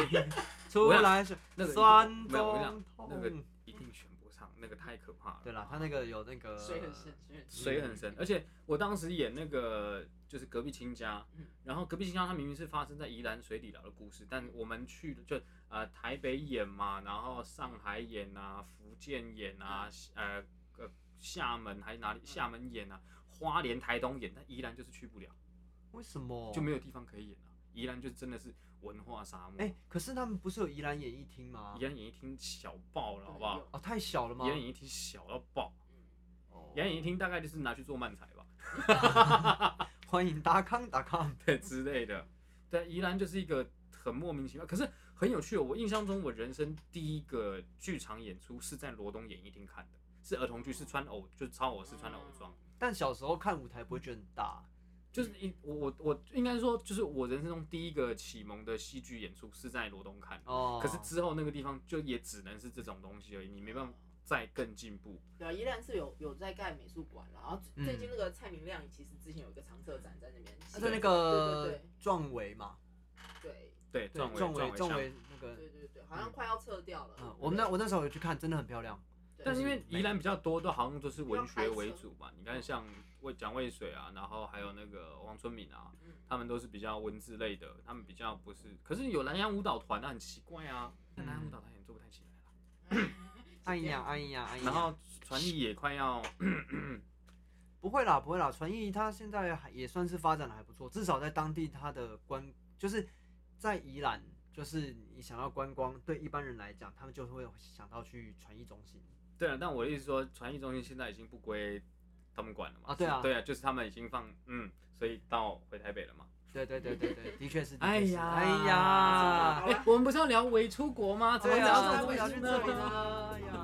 [SPEAKER 3] 出来是
[SPEAKER 1] 那个
[SPEAKER 3] 酸
[SPEAKER 1] 没有我跟你讲那个
[SPEAKER 3] 中痛。
[SPEAKER 1] 一定选不上，那个太可怕了。
[SPEAKER 3] 对啦，他那个有那个
[SPEAKER 4] 水很深，
[SPEAKER 1] 呃
[SPEAKER 4] 水很深
[SPEAKER 1] 水很深，嗯而且我当时演那个就是隔壁亲家
[SPEAKER 4] 嗯，
[SPEAKER 1] 然后隔壁亲家他明明是发生在宜兰水底岛的故事，但我们去就呃台北演嘛，然后上海演啊，福建演啊，呃呃厦门还哪里厦门演啊，花莲、台东演，但宜兰就是去不了，
[SPEAKER 3] 为什么
[SPEAKER 1] 就没有地方可以演了、啊宜兰就真的是文化沙漠，
[SPEAKER 3] 哎、可是他们不是有宜兰演艺厅吗
[SPEAKER 1] 宜？兰演艺厅小爆了，好不好？
[SPEAKER 3] 哦，太小了吗
[SPEAKER 1] 宜？兰演艺厅小到爆，
[SPEAKER 4] 嗯
[SPEAKER 3] 哦
[SPEAKER 1] 宜兰演艺厅大概就是拿去做漫才吧。
[SPEAKER 3] 欢迎达康达康。
[SPEAKER 1] 对之类的。对，宜兰就是一个很莫名其妙，可是很有趣、哦。我印象中，我人生第一个剧场演出是在罗东演艺厅看的，
[SPEAKER 3] 哦
[SPEAKER 1] 是儿童剧，是穿偶，就是超偶是穿偶装。
[SPEAKER 3] 但小时候看舞台不会觉得很大，
[SPEAKER 1] 就是一我我我应该说，就是我人生中第一个启蒙的戏剧演出是在罗东看的，
[SPEAKER 3] 哦，
[SPEAKER 1] 可是之后那个地方就也只能是这种东西而已，你没办法再更进步。
[SPEAKER 4] 对啊，依然是有有在盖美术馆啦，然后
[SPEAKER 3] 嗯
[SPEAKER 4] 最最近那个蔡明亮其实之前有一个常设展在那边，
[SPEAKER 3] 啊对那个
[SPEAKER 4] 对
[SPEAKER 3] 壮维嘛，
[SPEAKER 4] 对
[SPEAKER 1] 对，
[SPEAKER 3] 对
[SPEAKER 1] 壮，伟
[SPEAKER 3] 壮维
[SPEAKER 1] 壮
[SPEAKER 3] 壮
[SPEAKER 1] 像
[SPEAKER 3] 维那
[SPEAKER 4] 对
[SPEAKER 3] 个，
[SPEAKER 4] 对对对，好像快要撤掉了。
[SPEAKER 3] 嗯，我们那我那时候有去看，真的很漂亮。
[SPEAKER 4] 对
[SPEAKER 1] 但是因为宜兰比较多，都好像都是文学为主吧。你
[SPEAKER 4] 开
[SPEAKER 3] 嗯
[SPEAKER 1] 看
[SPEAKER 4] 车
[SPEAKER 1] 像魏蒋渭水啊，然后还有那个王春敏啊，
[SPEAKER 4] 嗯
[SPEAKER 1] 他们都是比较文字类的，他们比较不是。可是有南洋舞蹈团啊，很奇怪啊，但南洋舞蹈团也做不太起来了。
[SPEAKER 3] 哎呀哎呀哎呀，
[SPEAKER 1] 然后传艺也快要，
[SPEAKER 3] 不会啦，不会啦，传艺它现在还也算是发展的还不错，至少在当地它的观就是在宜兰，就是你想要观光，对一般人来讲，他们就会想到去传艺中心。
[SPEAKER 1] 对啊，但我的意思说，传艺中心现在已经不归他们管了嘛。
[SPEAKER 3] 啊对啊
[SPEAKER 1] 是对啊，就是他们已经放嗯，所以到回台北了嘛。
[SPEAKER 3] 对对对对对，的确是。的
[SPEAKER 1] 哎
[SPEAKER 3] 确是
[SPEAKER 1] 呀
[SPEAKER 3] 哎
[SPEAKER 4] 啊
[SPEAKER 3] 呀，
[SPEAKER 4] 好了
[SPEAKER 1] 哎，我们不是要聊伪出国吗？怎么
[SPEAKER 3] 对
[SPEAKER 1] 聊
[SPEAKER 3] 啊，
[SPEAKER 1] 到
[SPEAKER 3] 怎么聊
[SPEAKER 1] 这
[SPEAKER 3] 去
[SPEAKER 1] 种
[SPEAKER 3] 这里
[SPEAKER 1] 东西呢？
[SPEAKER 3] 呢？哎 呀，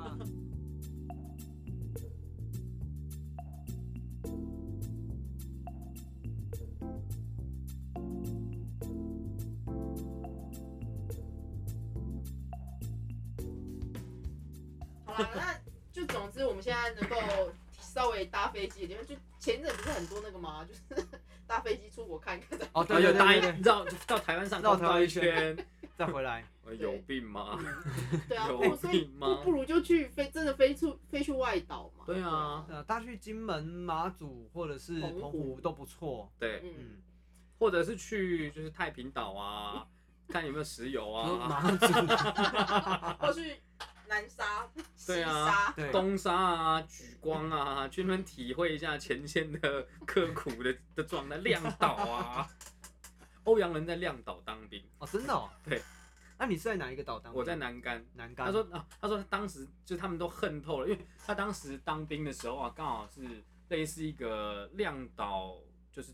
[SPEAKER 4] 好啦，那就总之我们现在能够稍微搭飞机，因为就前一阵不是很多那个吗？就是 搭飞机出国看一看，
[SPEAKER 3] 哦
[SPEAKER 1] 然
[SPEAKER 3] 对
[SPEAKER 1] 后
[SPEAKER 3] 对
[SPEAKER 1] 就搭
[SPEAKER 3] 对
[SPEAKER 1] 一
[SPEAKER 3] 对，对
[SPEAKER 1] 绕到台湾上
[SPEAKER 3] 绕
[SPEAKER 1] 空
[SPEAKER 3] 台湾
[SPEAKER 1] 绕一
[SPEAKER 3] 一圈
[SPEAKER 1] 圈，
[SPEAKER 3] 再回来，
[SPEAKER 1] 我有病吗？
[SPEAKER 4] 对啊，
[SPEAKER 1] 有
[SPEAKER 4] 不如所以
[SPEAKER 1] 病
[SPEAKER 4] 不
[SPEAKER 1] 吗
[SPEAKER 4] 不如就去飞，真的飞出飞去外岛嘛。
[SPEAKER 1] 对啊
[SPEAKER 3] 呃，大家去金门、马祖或者是
[SPEAKER 4] 澎湖
[SPEAKER 3] 澎湖都不错。
[SPEAKER 1] 对，
[SPEAKER 4] 嗯，
[SPEAKER 3] 嗯，
[SPEAKER 1] 或者是去就是太平岛啊，看有没有石油
[SPEAKER 3] 比如
[SPEAKER 1] 啊，
[SPEAKER 3] 马祖，
[SPEAKER 4] 或去南沙、西
[SPEAKER 1] 对啊
[SPEAKER 4] 沙，
[SPEAKER 3] 对，
[SPEAKER 1] 东沙啊，举光啊，去那边体会一下前线的 刻苦的的状态，亮岛啊。欧阳人在亮岛当兵，
[SPEAKER 3] 哦，真的哦。
[SPEAKER 1] 对，
[SPEAKER 3] 那你是在哪一个岛当兵？
[SPEAKER 1] 我在南竿。
[SPEAKER 3] 南竿。
[SPEAKER 1] 他说啊，他说他当时就他们都恨透了，因为他当时当兵的时候啊，刚好是类似一个亮岛，就是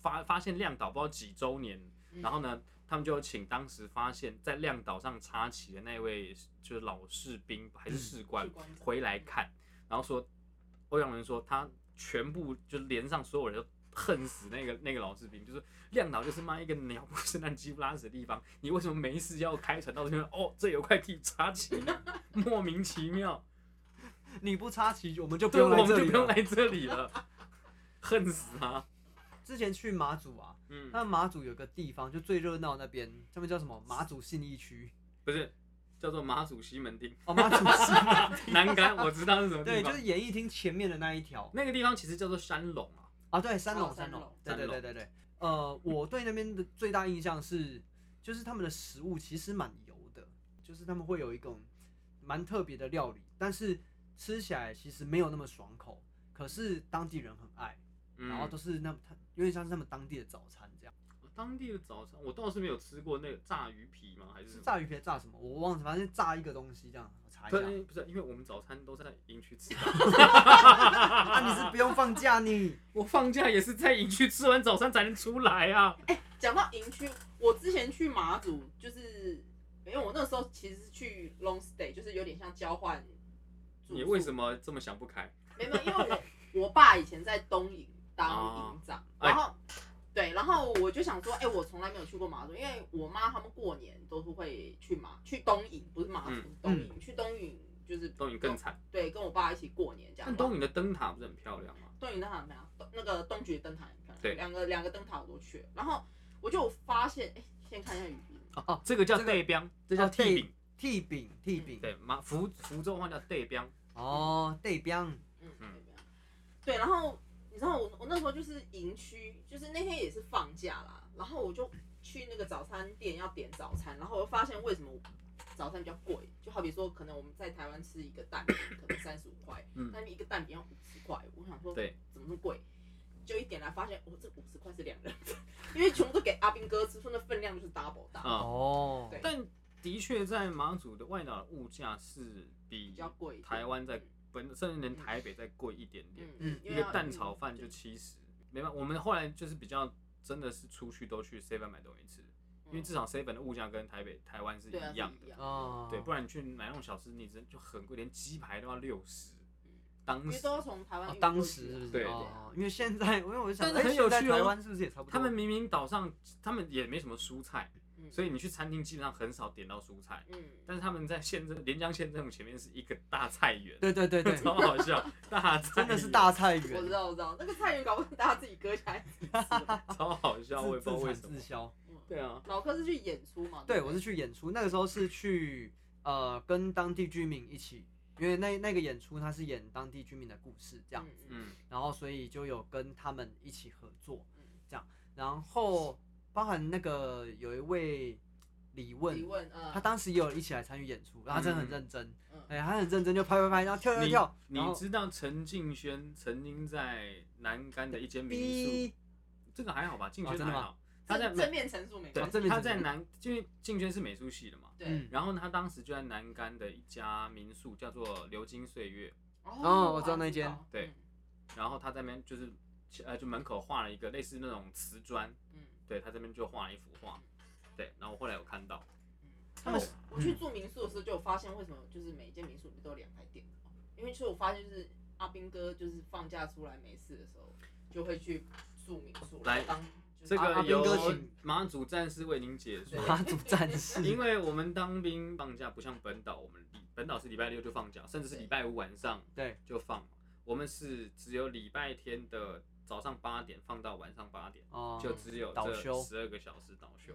[SPEAKER 1] 发发现亮岛不知道几周年，
[SPEAKER 4] 嗯
[SPEAKER 1] 然后呢，他们就请当时发现在亮岛上插旗的那位就是老士兵还是士官、
[SPEAKER 4] 士官长
[SPEAKER 1] 回来看，然后说欧阳伦说他全部就连上所有人都恨死那个那个老士兵，就是亮岛就是妈一个鸟不生蛋鸡不拉屎的地方，你为什么没事要开船到这边？哦，这有块地插旗呢，莫名其妙，
[SPEAKER 3] 你不插旗，我们就不
[SPEAKER 1] 对，
[SPEAKER 3] 用
[SPEAKER 1] 我
[SPEAKER 3] 来
[SPEAKER 1] 们
[SPEAKER 3] 这
[SPEAKER 1] 就
[SPEAKER 3] 里
[SPEAKER 1] 不用
[SPEAKER 3] 了
[SPEAKER 1] 来这里了，恨死他，
[SPEAKER 3] 之前去马祖啊，
[SPEAKER 1] 嗯，
[SPEAKER 3] 那马祖有个地方就最热闹那边，他们叫什么？马祖信 义区
[SPEAKER 1] 不是叫做马祖西门町。
[SPEAKER 3] 哦，马祖信
[SPEAKER 1] 栏杆，我知道是什么
[SPEAKER 3] 义，
[SPEAKER 1] 地
[SPEAKER 3] 对，
[SPEAKER 1] 方。
[SPEAKER 3] 就是演艺厅前面的那一条
[SPEAKER 1] 那个地方其实叫做山垄啊，
[SPEAKER 3] 啊，对，三
[SPEAKER 4] 哦
[SPEAKER 3] 龙
[SPEAKER 4] 三
[SPEAKER 3] 三
[SPEAKER 4] 龙
[SPEAKER 3] 龙，对
[SPEAKER 1] 三
[SPEAKER 3] 对
[SPEAKER 1] 龙
[SPEAKER 3] 对对对。呃，我对那边的最大印象是，就是他们的食物其实蛮油的，就是他们会有一种蛮特别的料理，但是吃起来其实没有那么爽口，可是当地人很爱，
[SPEAKER 1] 嗯
[SPEAKER 3] 然后都是那他有点像是他们当地的早餐这样。
[SPEAKER 1] 当地的早餐，我倒是没有吃过那个炸鱼啊皮吗？还是什
[SPEAKER 3] 是
[SPEAKER 1] 么
[SPEAKER 3] 炸鱼皮还是炸什么？我忘了，反正就炸一个东西这样。我查一下
[SPEAKER 1] 不是呃不是，因为我们早餐都是在营区吃的。
[SPEAKER 3] 啊，你是不用放假你。
[SPEAKER 1] 我放假也是在营区吃完早餐才能出来啊。
[SPEAKER 4] 讲到营区，我之前去马祖就是，因为我那时候其实是去 long stay，就是有点像交换 住宿。
[SPEAKER 1] 你为什么这么想不开？
[SPEAKER 4] 没有，没有因为我我爸以前在东营当营长，
[SPEAKER 1] 哎
[SPEAKER 4] 然后、对，然后我就想说，哎、我从来没有去过马祖，因为我妈他们过年都是会去马去东营，不是马祖、
[SPEAKER 1] 嗯
[SPEAKER 4] 东营，去东营就是
[SPEAKER 1] 东营更惨，
[SPEAKER 4] 对，跟我爸一起过年这样。
[SPEAKER 1] 但东营的灯塔不是很漂亮吗？
[SPEAKER 4] 东营灯塔很漂亮，东那个东局灯塔很漂亮，
[SPEAKER 1] 对
[SPEAKER 4] 两个两个灯塔我都去了，然后我就发现，哎、先看一下雨衣。
[SPEAKER 1] 哦，这个叫
[SPEAKER 3] 这个
[SPEAKER 1] 对标，这叫
[SPEAKER 3] 哦
[SPEAKER 1] 替饼。
[SPEAKER 3] 剃饼，剃饼，
[SPEAKER 1] 对，马福福州话叫对标。
[SPEAKER 3] 哦，对标，
[SPEAKER 4] 嗯
[SPEAKER 1] 嗯，
[SPEAKER 4] 对，然后你知道我我那时候就是营区，就是那天也是放假啦，然后我就去那个早餐店要点早餐，然后我就发现为什么早餐比较贵，就好比说可能我们在台湾吃一个蛋饼可能三十五块，
[SPEAKER 1] 嗯
[SPEAKER 4] 但是一个蛋饼要五十块，我想说
[SPEAKER 1] 对，
[SPEAKER 4] 怎么那么贵？就一点来发现，我、哦这五十块是两人份，因为全部都给阿兵哥吃，说那分量就是 double 大，
[SPEAKER 1] 啊、
[SPEAKER 3] 哦，
[SPEAKER 4] 对
[SPEAKER 1] 但的确在马祖的外岛的物价是比
[SPEAKER 4] 比较贵一点。
[SPEAKER 1] 台湾在本甚至连台北再贵一点点
[SPEAKER 4] 嗯。
[SPEAKER 3] 嗯
[SPEAKER 4] 因
[SPEAKER 1] 一
[SPEAKER 4] 为
[SPEAKER 1] 个
[SPEAKER 4] 要嗯
[SPEAKER 1] 蛋
[SPEAKER 4] 运
[SPEAKER 1] 炒饭就七十，没办法，我们后来就是比较真的是出去都去 seven 买东西吃，因为至少 seven 的物价跟台北、台湾是
[SPEAKER 4] 嗯对啊
[SPEAKER 1] 一样
[SPEAKER 4] 是一
[SPEAKER 1] 的，
[SPEAKER 4] 样
[SPEAKER 3] 哦，
[SPEAKER 1] 对，不然你去买那种小吃，你真就很贵，连鸡排都要六十，当
[SPEAKER 4] 嗯因为
[SPEAKER 1] 时
[SPEAKER 4] 都要从台湾
[SPEAKER 3] 哦
[SPEAKER 4] 运过去啊。
[SPEAKER 3] 当时是不是？
[SPEAKER 1] 对
[SPEAKER 3] 哦，因为现在，因为我就想，
[SPEAKER 1] 但是很有趣哦
[SPEAKER 3] 哎现在台湾是不是也差不多？
[SPEAKER 1] 他们明明岛上他们也没什么蔬菜，
[SPEAKER 4] 嗯
[SPEAKER 1] 所以你去餐厅基本上很少点到蔬菜。
[SPEAKER 4] 嗯，
[SPEAKER 1] 但是他们在县政连江县政府前面是一个大菜园，
[SPEAKER 3] 对对对对，
[SPEAKER 1] 超好笑，大菜
[SPEAKER 3] 真的是
[SPEAKER 1] 园
[SPEAKER 3] 大菜园，
[SPEAKER 4] 我知道我知道，那个菜园搞不好大家自己割下来自己吃。
[SPEAKER 1] 超好笑，我也
[SPEAKER 3] 自
[SPEAKER 1] 不知道
[SPEAKER 3] 自
[SPEAKER 1] 为
[SPEAKER 3] 产
[SPEAKER 1] 什么
[SPEAKER 3] 自。销。
[SPEAKER 4] 嗯
[SPEAKER 1] 对啊，
[SPEAKER 4] 老柯是去演出嘛？
[SPEAKER 3] 对，
[SPEAKER 4] 不
[SPEAKER 3] 我是去演出，那个时候是去呃跟当地居民一起，因为那那个演出他是演当地居民的故事这样，
[SPEAKER 4] 嗯嗯
[SPEAKER 1] 嗯，
[SPEAKER 3] 然后所以就有跟他们一起合作
[SPEAKER 4] 嗯
[SPEAKER 3] 这样，然后包含那个有一位李
[SPEAKER 4] 提
[SPEAKER 1] 嗯
[SPEAKER 3] 问。
[SPEAKER 4] 问啊，
[SPEAKER 3] 他当时也有一起来参与演出，然后他真的很认真，
[SPEAKER 4] 嗯
[SPEAKER 3] 哎、他很认真就拍拍拍，然后跳跳
[SPEAKER 1] 你
[SPEAKER 3] 跳，然
[SPEAKER 1] 你
[SPEAKER 3] 后
[SPEAKER 1] 知道陈敬轩曾经在南竿的一间民
[SPEAKER 3] 哔
[SPEAKER 1] 宿，这个还好吧？敬
[SPEAKER 3] 哦
[SPEAKER 1] 轩
[SPEAKER 3] 真的
[SPEAKER 1] 还
[SPEAKER 3] 吗
[SPEAKER 1] 好，他在
[SPEAKER 4] 正
[SPEAKER 1] 美
[SPEAKER 4] 正面陈述没
[SPEAKER 1] 对
[SPEAKER 4] 关系。
[SPEAKER 3] 正面
[SPEAKER 1] 他
[SPEAKER 3] 陈
[SPEAKER 1] 在
[SPEAKER 3] 述
[SPEAKER 1] 南，因为敬轩是美术系的嘛，
[SPEAKER 4] 对
[SPEAKER 3] 嗯
[SPEAKER 1] 然后呢他当时就在南竿的一家民宿叫做流金岁月，
[SPEAKER 3] 哦我知道那间
[SPEAKER 1] 对，然后他在那边就是呃就门口画了一个类似那种瓷砖，
[SPEAKER 4] 嗯
[SPEAKER 1] 对他这边就画了一幅画，对，然后后来有看到，
[SPEAKER 4] 嗯，
[SPEAKER 3] 他们
[SPEAKER 4] 那我我去住民宿的时候就有发现，为什么就是每一间民宿里面都有两台电脑？因为其实我发现就是阿兵哥就是放假出来没事的时候就会去住民宿，
[SPEAKER 1] 来
[SPEAKER 4] 然后当就是
[SPEAKER 1] 这个
[SPEAKER 3] 阿兵哥
[SPEAKER 1] 由
[SPEAKER 3] 请
[SPEAKER 1] 马祖战士为您解 说。
[SPEAKER 3] 马祖 战士，
[SPEAKER 1] 因为我们当兵放假不像本岛，我们礼本岛是礼拜六就放假，甚至是礼拜五晚上
[SPEAKER 3] 对
[SPEAKER 1] 就放。我们是只有礼拜天的早上八点放到晚上八点，
[SPEAKER 3] 哦，
[SPEAKER 1] 就只有
[SPEAKER 3] 倒
[SPEAKER 1] 这
[SPEAKER 3] 休
[SPEAKER 1] 十二个小时倒休。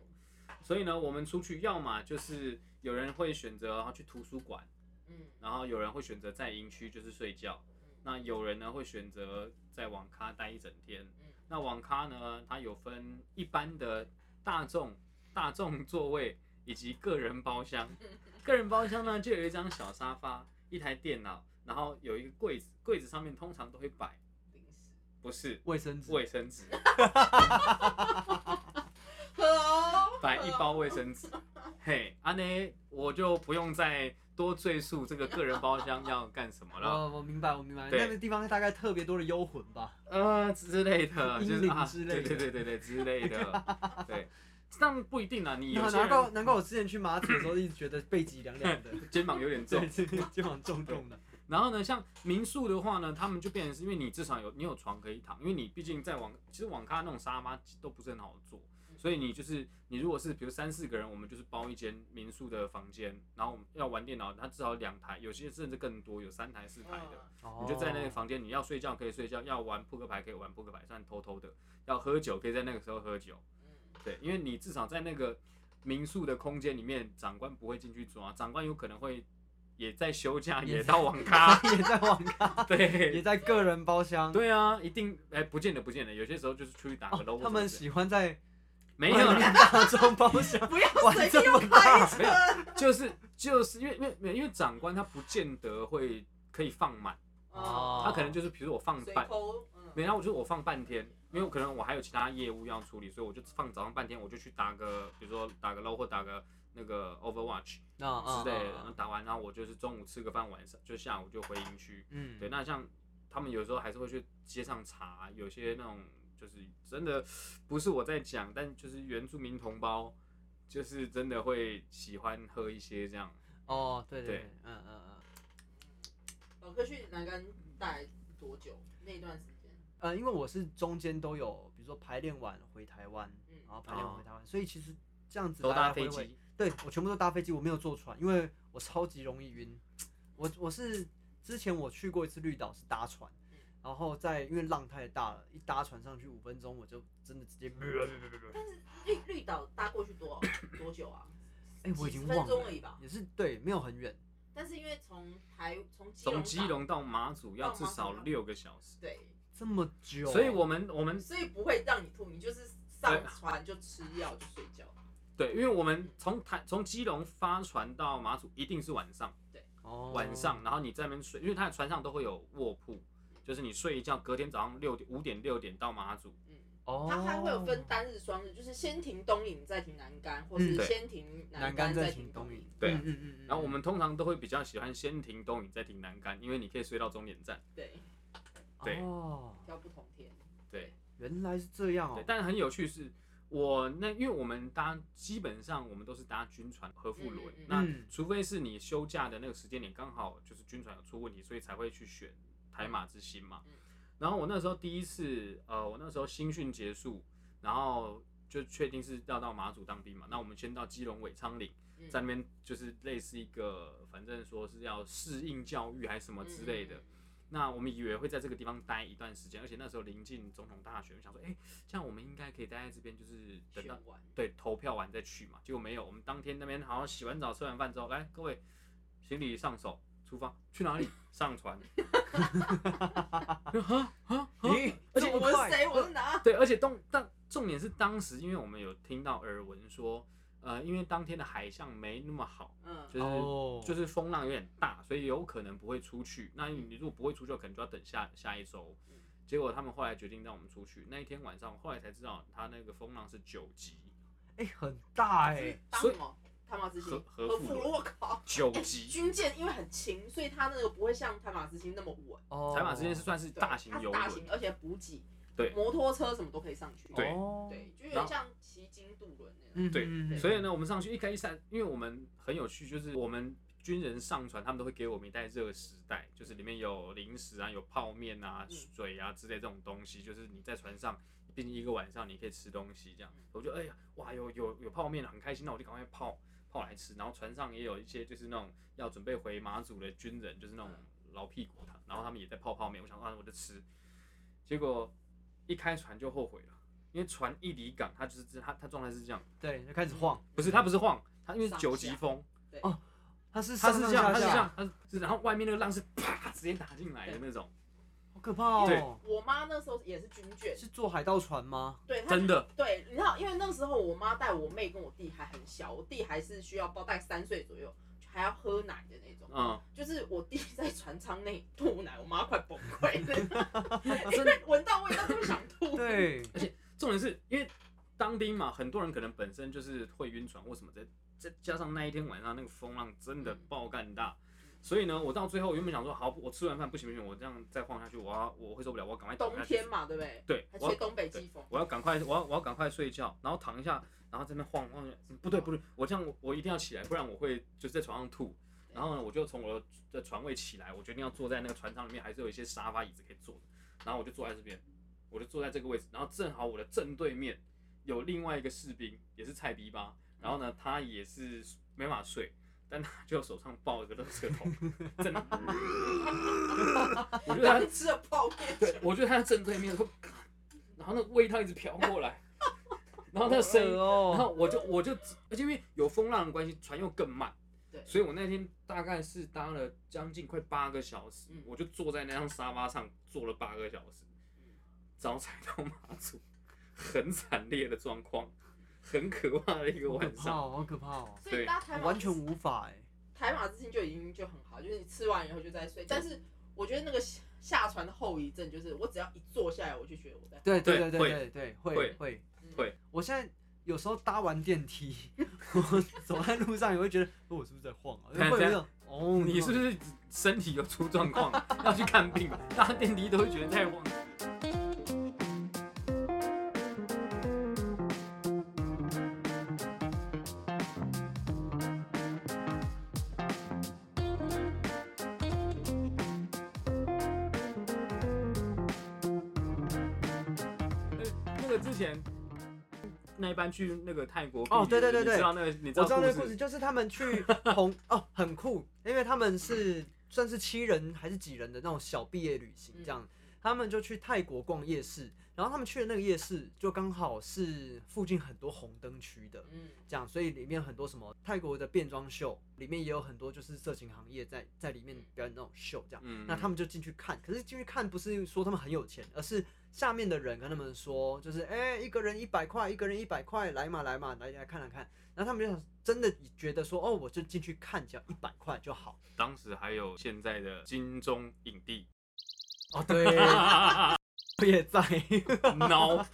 [SPEAKER 1] 所以呢，我们出去要么就是有人会选择然后去图书馆，
[SPEAKER 4] 嗯
[SPEAKER 1] 然后有人会选择在营区就是睡觉，那有人呢会选择在网咖待一整天。那网咖呢，它有分一般的大众、大众座位以及个人包厢。个人包厢呢，就有一张小沙发、一台电脑，然后有一个柜子，柜子上面通常都会摆，
[SPEAKER 4] 零食。
[SPEAKER 1] 不是
[SPEAKER 3] 卫生纸，
[SPEAKER 1] 卫生纸，
[SPEAKER 4] Hello，
[SPEAKER 1] 摆一包卫生纸。嘿，安、内，我就不用再多赘述这个个人包厢要干什么了，
[SPEAKER 3] 哦，我明白，我明白，
[SPEAKER 1] 对
[SPEAKER 3] 那个地方大概特别多的幽魂吧。
[SPEAKER 1] 呃之类的，就
[SPEAKER 3] 阴
[SPEAKER 1] 是
[SPEAKER 3] 灵
[SPEAKER 1] 啊，
[SPEAKER 3] 之类的
[SPEAKER 1] 对对对对对之类的， 对，但不一定啊，你有些
[SPEAKER 3] 难怪
[SPEAKER 1] 人
[SPEAKER 3] 难怪我之前去马祖的时候一直觉得背脊凉凉 的，
[SPEAKER 1] 肩膀有点重
[SPEAKER 3] 对，，这个肩膀重重的。
[SPEAKER 1] 然后呢，像民宿的话呢，他们就变成是因为你至少有你有床可以躺，因为你毕竟在网，其实网咖那种沙发都不是很好坐，所以你就是你如果是比如三四个人，我们就是包一间民宿的房间，然后我们要玩电脑，它至少有两台，有些甚至更多，有三台四台的。
[SPEAKER 3] 哦
[SPEAKER 1] 你就在那个房间，你要睡觉可以睡觉，要玩扑克牌可以玩扑克牌，算偷偷的；要喝酒可以在那个时候喝酒，
[SPEAKER 4] 嗯
[SPEAKER 1] 对，因为你至少在那个民宿的空间里面，长官不会进去抓，长官有可能会也在休假，
[SPEAKER 3] 也
[SPEAKER 1] 也
[SPEAKER 3] 在
[SPEAKER 1] 到网 咖。
[SPEAKER 3] 哦也在网咖，也
[SPEAKER 1] 对
[SPEAKER 3] 在个人包厢。
[SPEAKER 1] 对啊，一定哎、不见得不见得，有些时候就是出去打个 low、
[SPEAKER 3] 哦，他们喜欢在
[SPEAKER 1] 没有啦，
[SPEAKER 3] 大众包厢
[SPEAKER 4] 嗯不要
[SPEAKER 3] 玩
[SPEAKER 4] 随
[SPEAKER 3] 这
[SPEAKER 4] 便
[SPEAKER 3] 么大，
[SPEAKER 1] 没有，就是就是因为因为没有因为长官他不见得会可以放满，
[SPEAKER 4] 哦，
[SPEAKER 1] 他可能就是比如说我放
[SPEAKER 4] 随
[SPEAKER 1] 半，
[SPEAKER 4] 抠，嗯
[SPEAKER 1] 没然后我就我放半天，因为可能我还有其他业务要处理，所以我就放早上半天，我就去打个比如说打个 low 或打个那个 Overwatch
[SPEAKER 3] 啊
[SPEAKER 1] 之类的，然后打完然后我就是中午吃个饭，晚上就下午就回营区，
[SPEAKER 3] 嗯，
[SPEAKER 1] 对，那像他们有时候还是会去街上查，有些那种就是真的不是我在讲，但就是原住民同胞，就是真的会喜欢喝一些这样。
[SPEAKER 3] 哦，对对
[SPEAKER 1] 对，
[SPEAKER 3] 嗯嗯嗯，
[SPEAKER 4] 老柯去南竿大概多久？那一段时间，
[SPEAKER 3] 呃，因为我是中间都有，比如说排练完回台湾，
[SPEAKER 4] 嗯
[SPEAKER 3] 然后排练完回台湾，所以其实这样子
[SPEAKER 1] 哦都
[SPEAKER 3] 来
[SPEAKER 1] 搭
[SPEAKER 3] 来
[SPEAKER 1] 飞
[SPEAKER 3] 回回
[SPEAKER 1] 机，
[SPEAKER 3] 对我全部都搭飞机，我没有坐船，因为我超级容易晕。我我是之前我去过一次绿岛是搭船，然后在因为浪太大了，一搭船上去五分钟我就真的直接，
[SPEAKER 1] 嗯
[SPEAKER 4] 绿绿岛搭过去多多久 啊？
[SPEAKER 3] 哎、我已
[SPEAKER 4] 几
[SPEAKER 3] 经
[SPEAKER 4] 十
[SPEAKER 3] 忘
[SPEAKER 4] 分钟
[SPEAKER 3] 了
[SPEAKER 4] 而，已吧。
[SPEAKER 3] 也是对，没有很远，
[SPEAKER 4] 但是因为从台从基
[SPEAKER 1] 从
[SPEAKER 4] 隆岛
[SPEAKER 1] 基隆到马祖要
[SPEAKER 4] 到
[SPEAKER 1] 至
[SPEAKER 4] 马
[SPEAKER 1] 少
[SPEAKER 4] 祖吗
[SPEAKER 1] 六个小时，
[SPEAKER 4] 对，
[SPEAKER 3] 这么久，
[SPEAKER 1] 所以我们我们
[SPEAKER 4] 所以不会让你吐，你就是上
[SPEAKER 1] 啊
[SPEAKER 4] 船就吃药就睡觉。
[SPEAKER 1] 对，因为我们从台从基隆发船到马祖一定是晚上，
[SPEAKER 3] 哦
[SPEAKER 1] 晚上，然后你在那边睡，因为它的船上都会有卧铺，就是你睡一觉，隔天早上六点五点六点到马祖，
[SPEAKER 4] 嗯，
[SPEAKER 3] 哦，
[SPEAKER 4] 它还会有分单日、双日，就是先停东引再停南竿，或是
[SPEAKER 1] 嗯对
[SPEAKER 4] 先停
[SPEAKER 3] 南
[SPEAKER 4] 竿
[SPEAKER 3] 竿
[SPEAKER 4] 再
[SPEAKER 3] 再
[SPEAKER 4] 停
[SPEAKER 3] 停
[SPEAKER 4] 东
[SPEAKER 3] 东
[SPEAKER 4] 引
[SPEAKER 3] 引。，
[SPEAKER 1] 对啊
[SPEAKER 3] 嗯嗯嗯嗯，
[SPEAKER 1] 然后我们通常都会比较喜欢先停东引，再停南竿，因为你可以睡到终点站。
[SPEAKER 4] 对，
[SPEAKER 1] 对
[SPEAKER 3] 哦，
[SPEAKER 4] 挑不同天。
[SPEAKER 1] 对
[SPEAKER 3] 原来是这样哦
[SPEAKER 1] 对，，但很有趣是，我那因为我们搭基本上我们都是搭军船和富轮，
[SPEAKER 4] 嗯嗯嗯
[SPEAKER 1] 那
[SPEAKER 3] 嗯
[SPEAKER 1] 除非是你休假的那个时间点刚好就是军船有出问题，所以才会去选台马之星嘛
[SPEAKER 4] 嗯。
[SPEAKER 1] 然后我那时候第一次，呃，我那时候新训结束，然后就确定是要到马祖当兵嘛。那我们先到基隆尾昌岭，
[SPEAKER 4] 嗯
[SPEAKER 1] 在那边就是类似一个，反正说是要适应教育还是什么之类
[SPEAKER 4] 嗯
[SPEAKER 1] 的。那我们以为会在这个地方待一段时间，而且那时候临近总统大选，我想说，哎、这样我们应该可以待在这边，就是等
[SPEAKER 4] 嗯选
[SPEAKER 1] 到
[SPEAKER 4] 完，
[SPEAKER 1] 对，投票完再去嘛。结果没有，我们当天那边好像洗完澡、吃完饭之后，来各位，行李上手，出发，去哪里？上船。
[SPEAKER 3] 咦，
[SPEAKER 1] 而
[SPEAKER 4] 这
[SPEAKER 1] 且
[SPEAKER 4] 我是谁？我是哪？
[SPEAKER 1] 对，而且当但重点是当时，因为我们有听到耳闻说，呃，因为当天的海象没那么好，
[SPEAKER 4] 嗯，
[SPEAKER 1] 就是、
[SPEAKER 3] 哦
[SPEAKER 1] 就是风浪有点大，所以有可能不会出去。那你如果不会出去，可能就要等下下一周
[SPEAKER 4] 嗯。
[SPEAKER 1] 结果他们后来决定让我们出去。那一天晚上，后来才知道他那个风浪是九级，
[SPEAKER 3] 哎、很大哎、
[SPEAKER 4] 是当什么？他马之星
[SPEAKER 1] 核核
[SPEAKER 4] 核
[SPEAKER 1] 附
[SPEAKER 4] 附
[SPEAKER 1] 录
[SPEAKER 4] 录我靠！
[SPEAKER 1] 九
[SPEAKER 4] 哎
[SPEAKER 1] 级。
[SPEAKER 4] 军舰因为很轻，所以它那个不会像塔马之星那么稳。
[SPEAKER 3] 哦，
[SPEAKER 1] 台马之间是算是
[SPEAKER 4] 对
[SPEAKER 1] 大型
[SPEAKER 4] 它
[SPEAKER 1] 游
[SPEAKER 4] 大型
[SPEAKER 1] 轮，，
[SPEAKER 4] 而且补给，
[SPEAKER 1] 对
[SPEAKER 4] 摩托车什么都可以上去。
[SPEAKER 1] 对
[SPEAKER 3] 哦
[SPEAKER 4] 对，就有
[SPEAKER 1] 然
[SPEAKER 4] 点
[SPEAKER 1] 后
[SPEAKER 4] 像骑金渡轮那样。
[SPEAKER 3] 嗯，
[SPEAKER 1] 嗯对
[SPEAKER 3] 嗯
[SPEAKER 1] 所以呢，我们上去一开一散，因为我们很有趣，就是我们军人上船，他们都会给我们一袋热食袋，就是里面有零食啊、有泡面啊、
[SPEAKER 4] 嗯
[SPEAKER 1] 水啊之类这种东西，就是你在船上，毕竟一个晚上你可以吃东西这样
[SPEAKER 4] 嗯。
[SPEAKER 1] 我就哎呀，哇，有有有泡面啊了，很开心，那我就赶快泡泡来吃。然后船上也有一些就是那种要准备回马祖的军人，就是那种老屁股他，然后他们也在泡泡面，我想说啊，我就吃。结果一开船就后悔了，因为船一离港，它就是它它状态是这样。
[SPEAKER 3] 对，就开始晃，
[SPEAKER 1] 不是，它不是晃，它因为是
[SPEAKER 4] 上
[SPEAKER 1] 九级
[SPEAKER 4] 下
[SPEAKER 1] 风，
[SPEAKER 3] 它是
[SPEAKER 1] 它
[SPEAKER 3] 上
[SPEAKER 1] 是
[SPEAKER 3] 上
[SPEAKER 1] 这样，它
[SPEAKER 3] 下
[SPEAKER 1] 是这样
[SPEAKER 3] 下，，
[SPEAKER 1] 它是是，然后外面那个浪是啪直接打进来的那种，
[SPEAKER 3] 好可怕哦。
[SPEAKER 4] 我妈那时候也是军舰，
[SPEAKER 3] 是坐海盗船吗？
[SPEAKER 4] 对，她
[SPEAKER 1] 真的，
[SPEAKER 4] 对，你知道，因为那时候我妈带我妹跟我弟还很小，我弟还是需要包大概三岁左右，还要喝奶的那种。
[SPEAKER 1] 嗯，
[SPEAKER 4] 就是我弟在船舱内吐奶，我妈快崩溃了， 因
[SPEAKER 1] 真的。
[SPEAKER 4] 为闻到味道就想吐。
[SPEAKER 3] 对，
[SPEAKER 1] 重点是因为当兵嘛，很多人可能本身就是会晕船或什么的，再加上那一天晚上那个风浪真的爆干大。所以呢，我到最后原本想说，好，我吃完饭不行不行，我这样再晃下去，我要我会受不了，我要赶快躺
[SPEAKER 4] 冬
[SPEAKER 1] 下去。
[SPEAKER 4] 天嘛，对不对？
[SPEAKER 1] 对，
[SPEAKER 4] 还
[SPEAKER 1] 我
[SPEAKER 4] 吹
[SPEAKER 1] 要
[SPEAKER 4] 东北季风。
[SPEAKER 1] 我要赶快，我要我要赶快睡觉，然后躺一下，然后这边晃晃，嗯不对不对，我这样我我一定要起来，不然我会就是在床上吐。然后呢，我就从我的的床位起来，我决定要坐在那个船舱里面，还是有一些沙发椅子可以坐的。然后我就坐在这边，我就坐在这个位置，然后正好我的正对面有另外一个士兵，也是菜逼吧，然后呢，他也是没办法睡，但他就手上抱了个垃圾桶，真的， 我觉得他
[SPEAKER 4] 刚吃了泡面，
[SPEAKER 1] 对，我觉得他在正对面，说然后那个味道一直飘过 来，然后那个声音，然
[SPEAKER 3] 哦，
[SPEAKER 1] 后我就我就，而且因为有风浪的关系，船又更慢，
[SPEAKER 4] 对
[SPEAKER 1] 所以我那天大概是搭了将近快八个小时，
[SPEAKER 4] 嗯
[SPEAKER 1] 我就坐在那张沙发上坐了八个小时
[SPEAKER 4] 嗯，
[SPEAKER 1] 早踩到马祖，很惨烈的状况，很可怕的一个
[SPEAKER 3] 好可
[SPEAKER 1] 晚
[SPEAKER 3] 怕
[SPEAKER 1] 上，
[SPEAKER 3] 哦，好可怕哦，
[SPEAKER 4] 所以大家台马
[SPEAKER 3] 完全无法哎。
[SPEAKER 4] 台马之星就已经就很好，就是你吃完以后就在睡。但是我觉得那个下下船的后遗症就是，我只要一坐下来，我就觉得我在
[SPEAKER 3] 对对
[SPEAKER 1] 对
[SPEAKER 3] 对
[SPEAKER 1] 会
[SPEAKER 3] 对对对，
[SPEAKER 1] 会
[SPEAKER 3] 会会
[SPEAKER 4] 嗯
[SPEAKER 1] 会。
[SPEAKER 3] 我现在有时候搭完电梯， 我走在路上也会觉得，哦我是不是在晃啊？
[SPEAKER 1] 看
[SPEAKER 3] 会有
[SPEAKER 1] 这
[SPEAKER 3] 一种哦，
[SPEAKER 1] 你是不是身体有出状 况要去看病？搭电梯都会觉得太晃。呃那个之前那一班去那个泰国避
[SPEAKER 3] 哦对对
[SPEAKER 1] 雨
[SPEAKER 3] 对
[SPEAKER 1] 你
[SPEAKER 3] 对
[SPEAKER 1] 知道那个你知
[SPEAKER 3] 我知道那
[SPEAKER 1] 故
[SPEAKER 3] 个故事，就是他们去红哦，很酷，因为他们是算是七人还是几人的那种小毕业旅行这样，他们就去泰国逛夜市，然后他们去的那个夜市就刚好是附近很多红灯区的，
[SPEAKER 4] 嗯
[SPEAKER 3] 这样，所以里面很多什么泰国的变装秀，里面也有很多就是色情行业在在里面表演那种秀这样。
[SPEAKER 1] 嗯
[SPEAKER 3] 那他们就进去看，可是进去看不是说他们很有钱，而是下面的人跟他们说，就是哎、一个人一百块，一个人一百块，来嘛来嘛，来来看来看。然后他们就想真的觉得说，哦，我就进去看，只要一百块就好。
[SPEAKER 1] 当时还有现在的金钟影帝
[SPEAKER 3] 哦，对， 我也在。
[SPEAKER 1] 孬，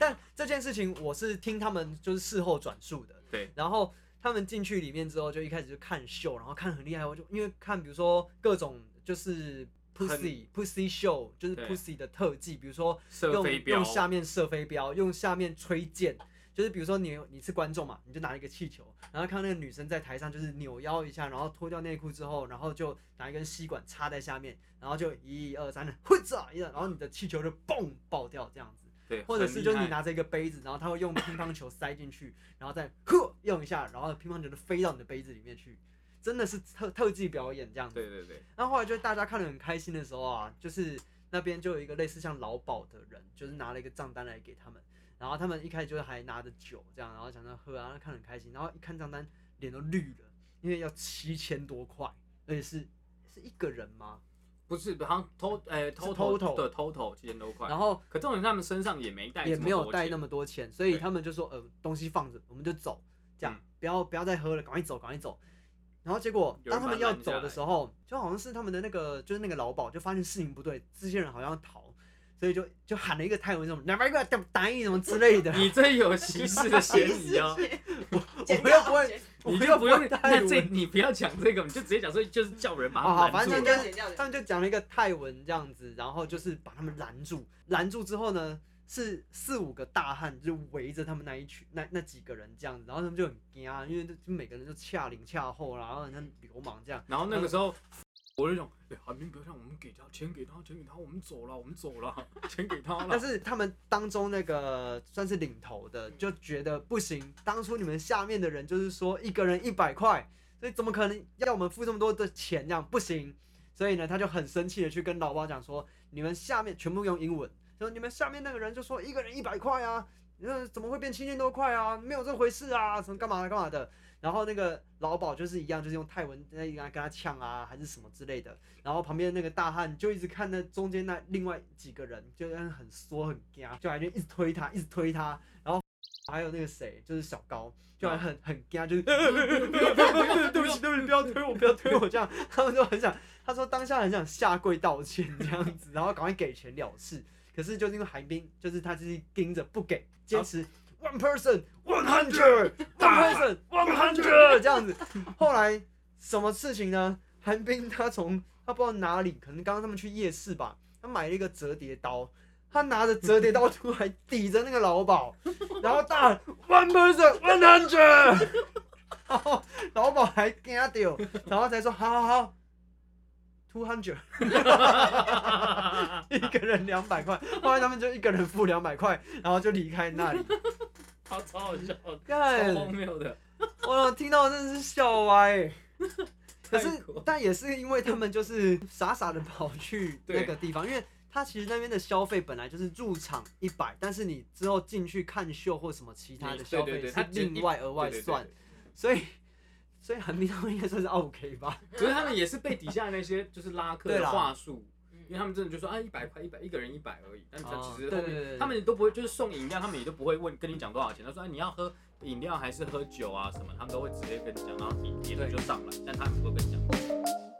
[SPEAKER 3] 但这件事情我是听他们就是事后转述的，
[SPEAKER 1] 对，
[SPEAKER 3] 然后他们进去里面之后，就一开始就看秀，然后看很厉害，我就因为看比如说各种就是 pussy pussy show，就是
[SPEAKER 1] 对
[SPEAKER 3] pussy 的特技，比如说
[SPEAKER 1] 射
[SPEAKER 3] 用
[SPEAKER 1] 飞镖
[SPEAKER 3] 用下面射飞镖，用下面吹箭，就是比如说你你是观众嘛，你就拿一个气球，然后看到那个女生在台上就是扭腰一下，然后脱掉内裤之后，然后就拿一根吸管插在下面，然后就一二三的混着，一然后你的气球就嘣爆掉这样子。
[SPEAKER 1] 对，
[SPEAKER 3] 或者
[SPEAKER 1] 很
[SPEAKER 3] 是
[SPEAKER 1] 厉
[SPEAKER 3] 就是
[SPEAKER 1] 害
[SPEAKER 3] 你拿着一个杯子，然后他会用乒乓球塞进去，然后再呵用一下，然后乒乓球就飞到你的杯子里面去，真的是特特技表演这样子。
[SPEAKER 1] 对对对，
[SPEAKER 3] 那后来就大家看得很开心的时候啊，就是那边就有一个类似像劳保的人，就是拿了一个账单来给他们，然后他们一开始就是还拿着酒这样，然后想着喝啊，然后看得很开心，然后一看账单脸都绿了，因为要七千多块，而且是是一个人吗？
[SPEAKER 1] 不是好像偷诶偷
[SPEAKER 3] total
[SPEAKER 1] 对 total 七千多块，
[SPEAKER 3] 然后
[SPEAKER 1] 可重点是他们身上也没带
[SPEAKER 3] 也
[SPEAKER 1] 这
[SPEAKER 3] 没有
[SPEAKER 1] 多
[SPEAKER 3] 带
[SPEAKER 1] 钱
[SPEAKER 3] 那么多钱，所以
[SPEAKER 1] 对
[SPEAKER 3] 他们就说呃东西放着，我们就走，这样、
[SPEAKER 1] 嗯
[SPEAKER 3] 不要不要再喝了，赶快走，赶快走。然后结果
[SPEAKER 1] 有人
[SPEAKER 3] 当他们
[SPEAKER 1] 把他
[SPEAKER 3] 要
[SPEAKER 1] 拦下
[SPEAKER 3] 走
[SPEAKER 1] 来
[SPEAKER 3] 的时候，就好像是他们的那个就是那个老鸨就发现事情不对，这些人好像要逃，所以就就喊了一个泰文什么哪边个打一什么之类的。
[SPEAKER 1] 你这有歧视的嫌疑哦！
[SPEAKER 3] 我
[SPEAKER 4] 剪
[SPEAKER 3] 又
[SPEAKER 4] 掉
[SPEAKER 3] 不会
[SPEAKER 4] 剪
[SPEAKER 1] 你
[SPEAKER 3] 我又
[SPEAKER 1] 就不
[SPEAKER 3] 会
[SPEAKER 1] 用
[SPEAKER 3] 泰
[SPEAKER 1] 那
[SPEAKER 3] 文
[SPEAKER 1] 这你不要讲这个，你就直接讲说就是叫人把
[SPEAKER 3] 哦好
[SPEAKER 1] 他
[SPEAKER 3] 反
[SPEAKER 1] 们拦
[SPEAKER 3] 正
[SPEAKER 4] 剪
[SPEAKER 1] 住
[SPEAKER 3] 就
[SPEAKER 1] 了。
[SPEAKER 4] 掉剪掉
[SPEAKER 3] 他们就讲了一个泰文这样子，然后就是把他们拦住，拦住之后呢，是四五个大汉就围着他们那一群那那几个人这样子，然后他们就很惊啊，因为就每个人就恰领恰后啦，然后很像流氓这样，
[SPEAKER 1] 然后那个时
[SPEAKER 3] 嗯
[SPEAKER 1] 候，我就想，哎，韩冰不要让我们给他钱给他钱给他，我们走了我们走了，钱给他
[SPEAKER 3] 但
[SPEAKER 1] 了。
[SPEAKER 3] 是他们当中那个算是领头的就觉得不行，当初你们下面的人就是说一个人一百块，所以怎么可能要我们付这么多的钱这样不行？所以呢，他就很生气的去跟老包讲说，你们下面全部用英文，说你们下面那个人就说一个人一百块啊，那怎么会变七千多块啊？没有这回事啊，什么干嘛的干嘛的。然后那个老鸨就是一样，就是用泰文在跟他跟他呛啊，还是什么之类的。然后旁边那个大汉就一直看那中间那另外几个人，就在那很缩很僵，就还就一直推他，一直推他。然后还有那个谁，就是小高，就还很很僵，就是对不起对不起，不要推我，不要推我这样。他们就很想，他说当下很想下跪道歉这样子，然后赶快给钱了事。 可是就是因为韩冰，就是他就是盯着不给，坚持 one person one hundred one person one hundred 这样子。后来什么事情呢？韩冰他从他不知道哪里，可能刚刚他们去夜市吧，他买了一个折叠刀，他拿着折叠刀出来抵着那个老鸨，然后大喊 one person one hundred，然后老鸨还给他丢，然后才说好好好 two hundred。一 个人两百块，后来他们就一个人付两百块，然后就离开那里。
[SPEAKER 1] 超超好笑，超
[SPEAKER 3] 干，
[SPEAKER 1] 荒谬的。
[SPEAKER 3] 我听到真的是笑歪。欸可是
[SPEAKER 1] 太酷了，
[SPEAKER 3] 但也是因为他们就是傻傻的跑去那个地方，因为他其实那边的消费本来就是入场一百，但是你之后进去看秀或什么其他的
[SPEAKER 1] 嗯
[SPEAKER 3] 消
[SPEAKER 1] 对对
[SPEAKER 3] 费
[SPEAKER 1] 对
[SPEAKER 3] 是
[SPEAKER 1] 他只
[SPEAKER 3] 另外额外算，
[SPEAKER 1] 对对对
[SPEAKER 3] 所以所以韩冰他们应该算是 OK 吧？
[SPEAKER 1] 对可是他们也是被底下那些就是拉客
[SPEAKER 3] 对
[SPEAKER 1] 的
[SPEAKER 3] 啦
[SPEAKER 1] 话术，
[SPEAKER 4] 嗯
[SPEAKER 1] 因为他们真的就说啊一百块一百一个人一百而已，但 他
[SPEAKER 3] 哦
[SPEAKER 1] 其实
[SPEAKER 3] 对
[SPEAKER 1] 后
[SPEAKER 3] 对对对
[SPEAKER 1] 面他们都不会就是送饮料，他们也都不会问跟你讲多少钱，他说啊你要喝饮料还是喝酒啊什么，他们都会直接跟你讲，然后你你
[SPEAKER 3] 对
[SPEAKER 1] 就上来，但他们不会跟你讲。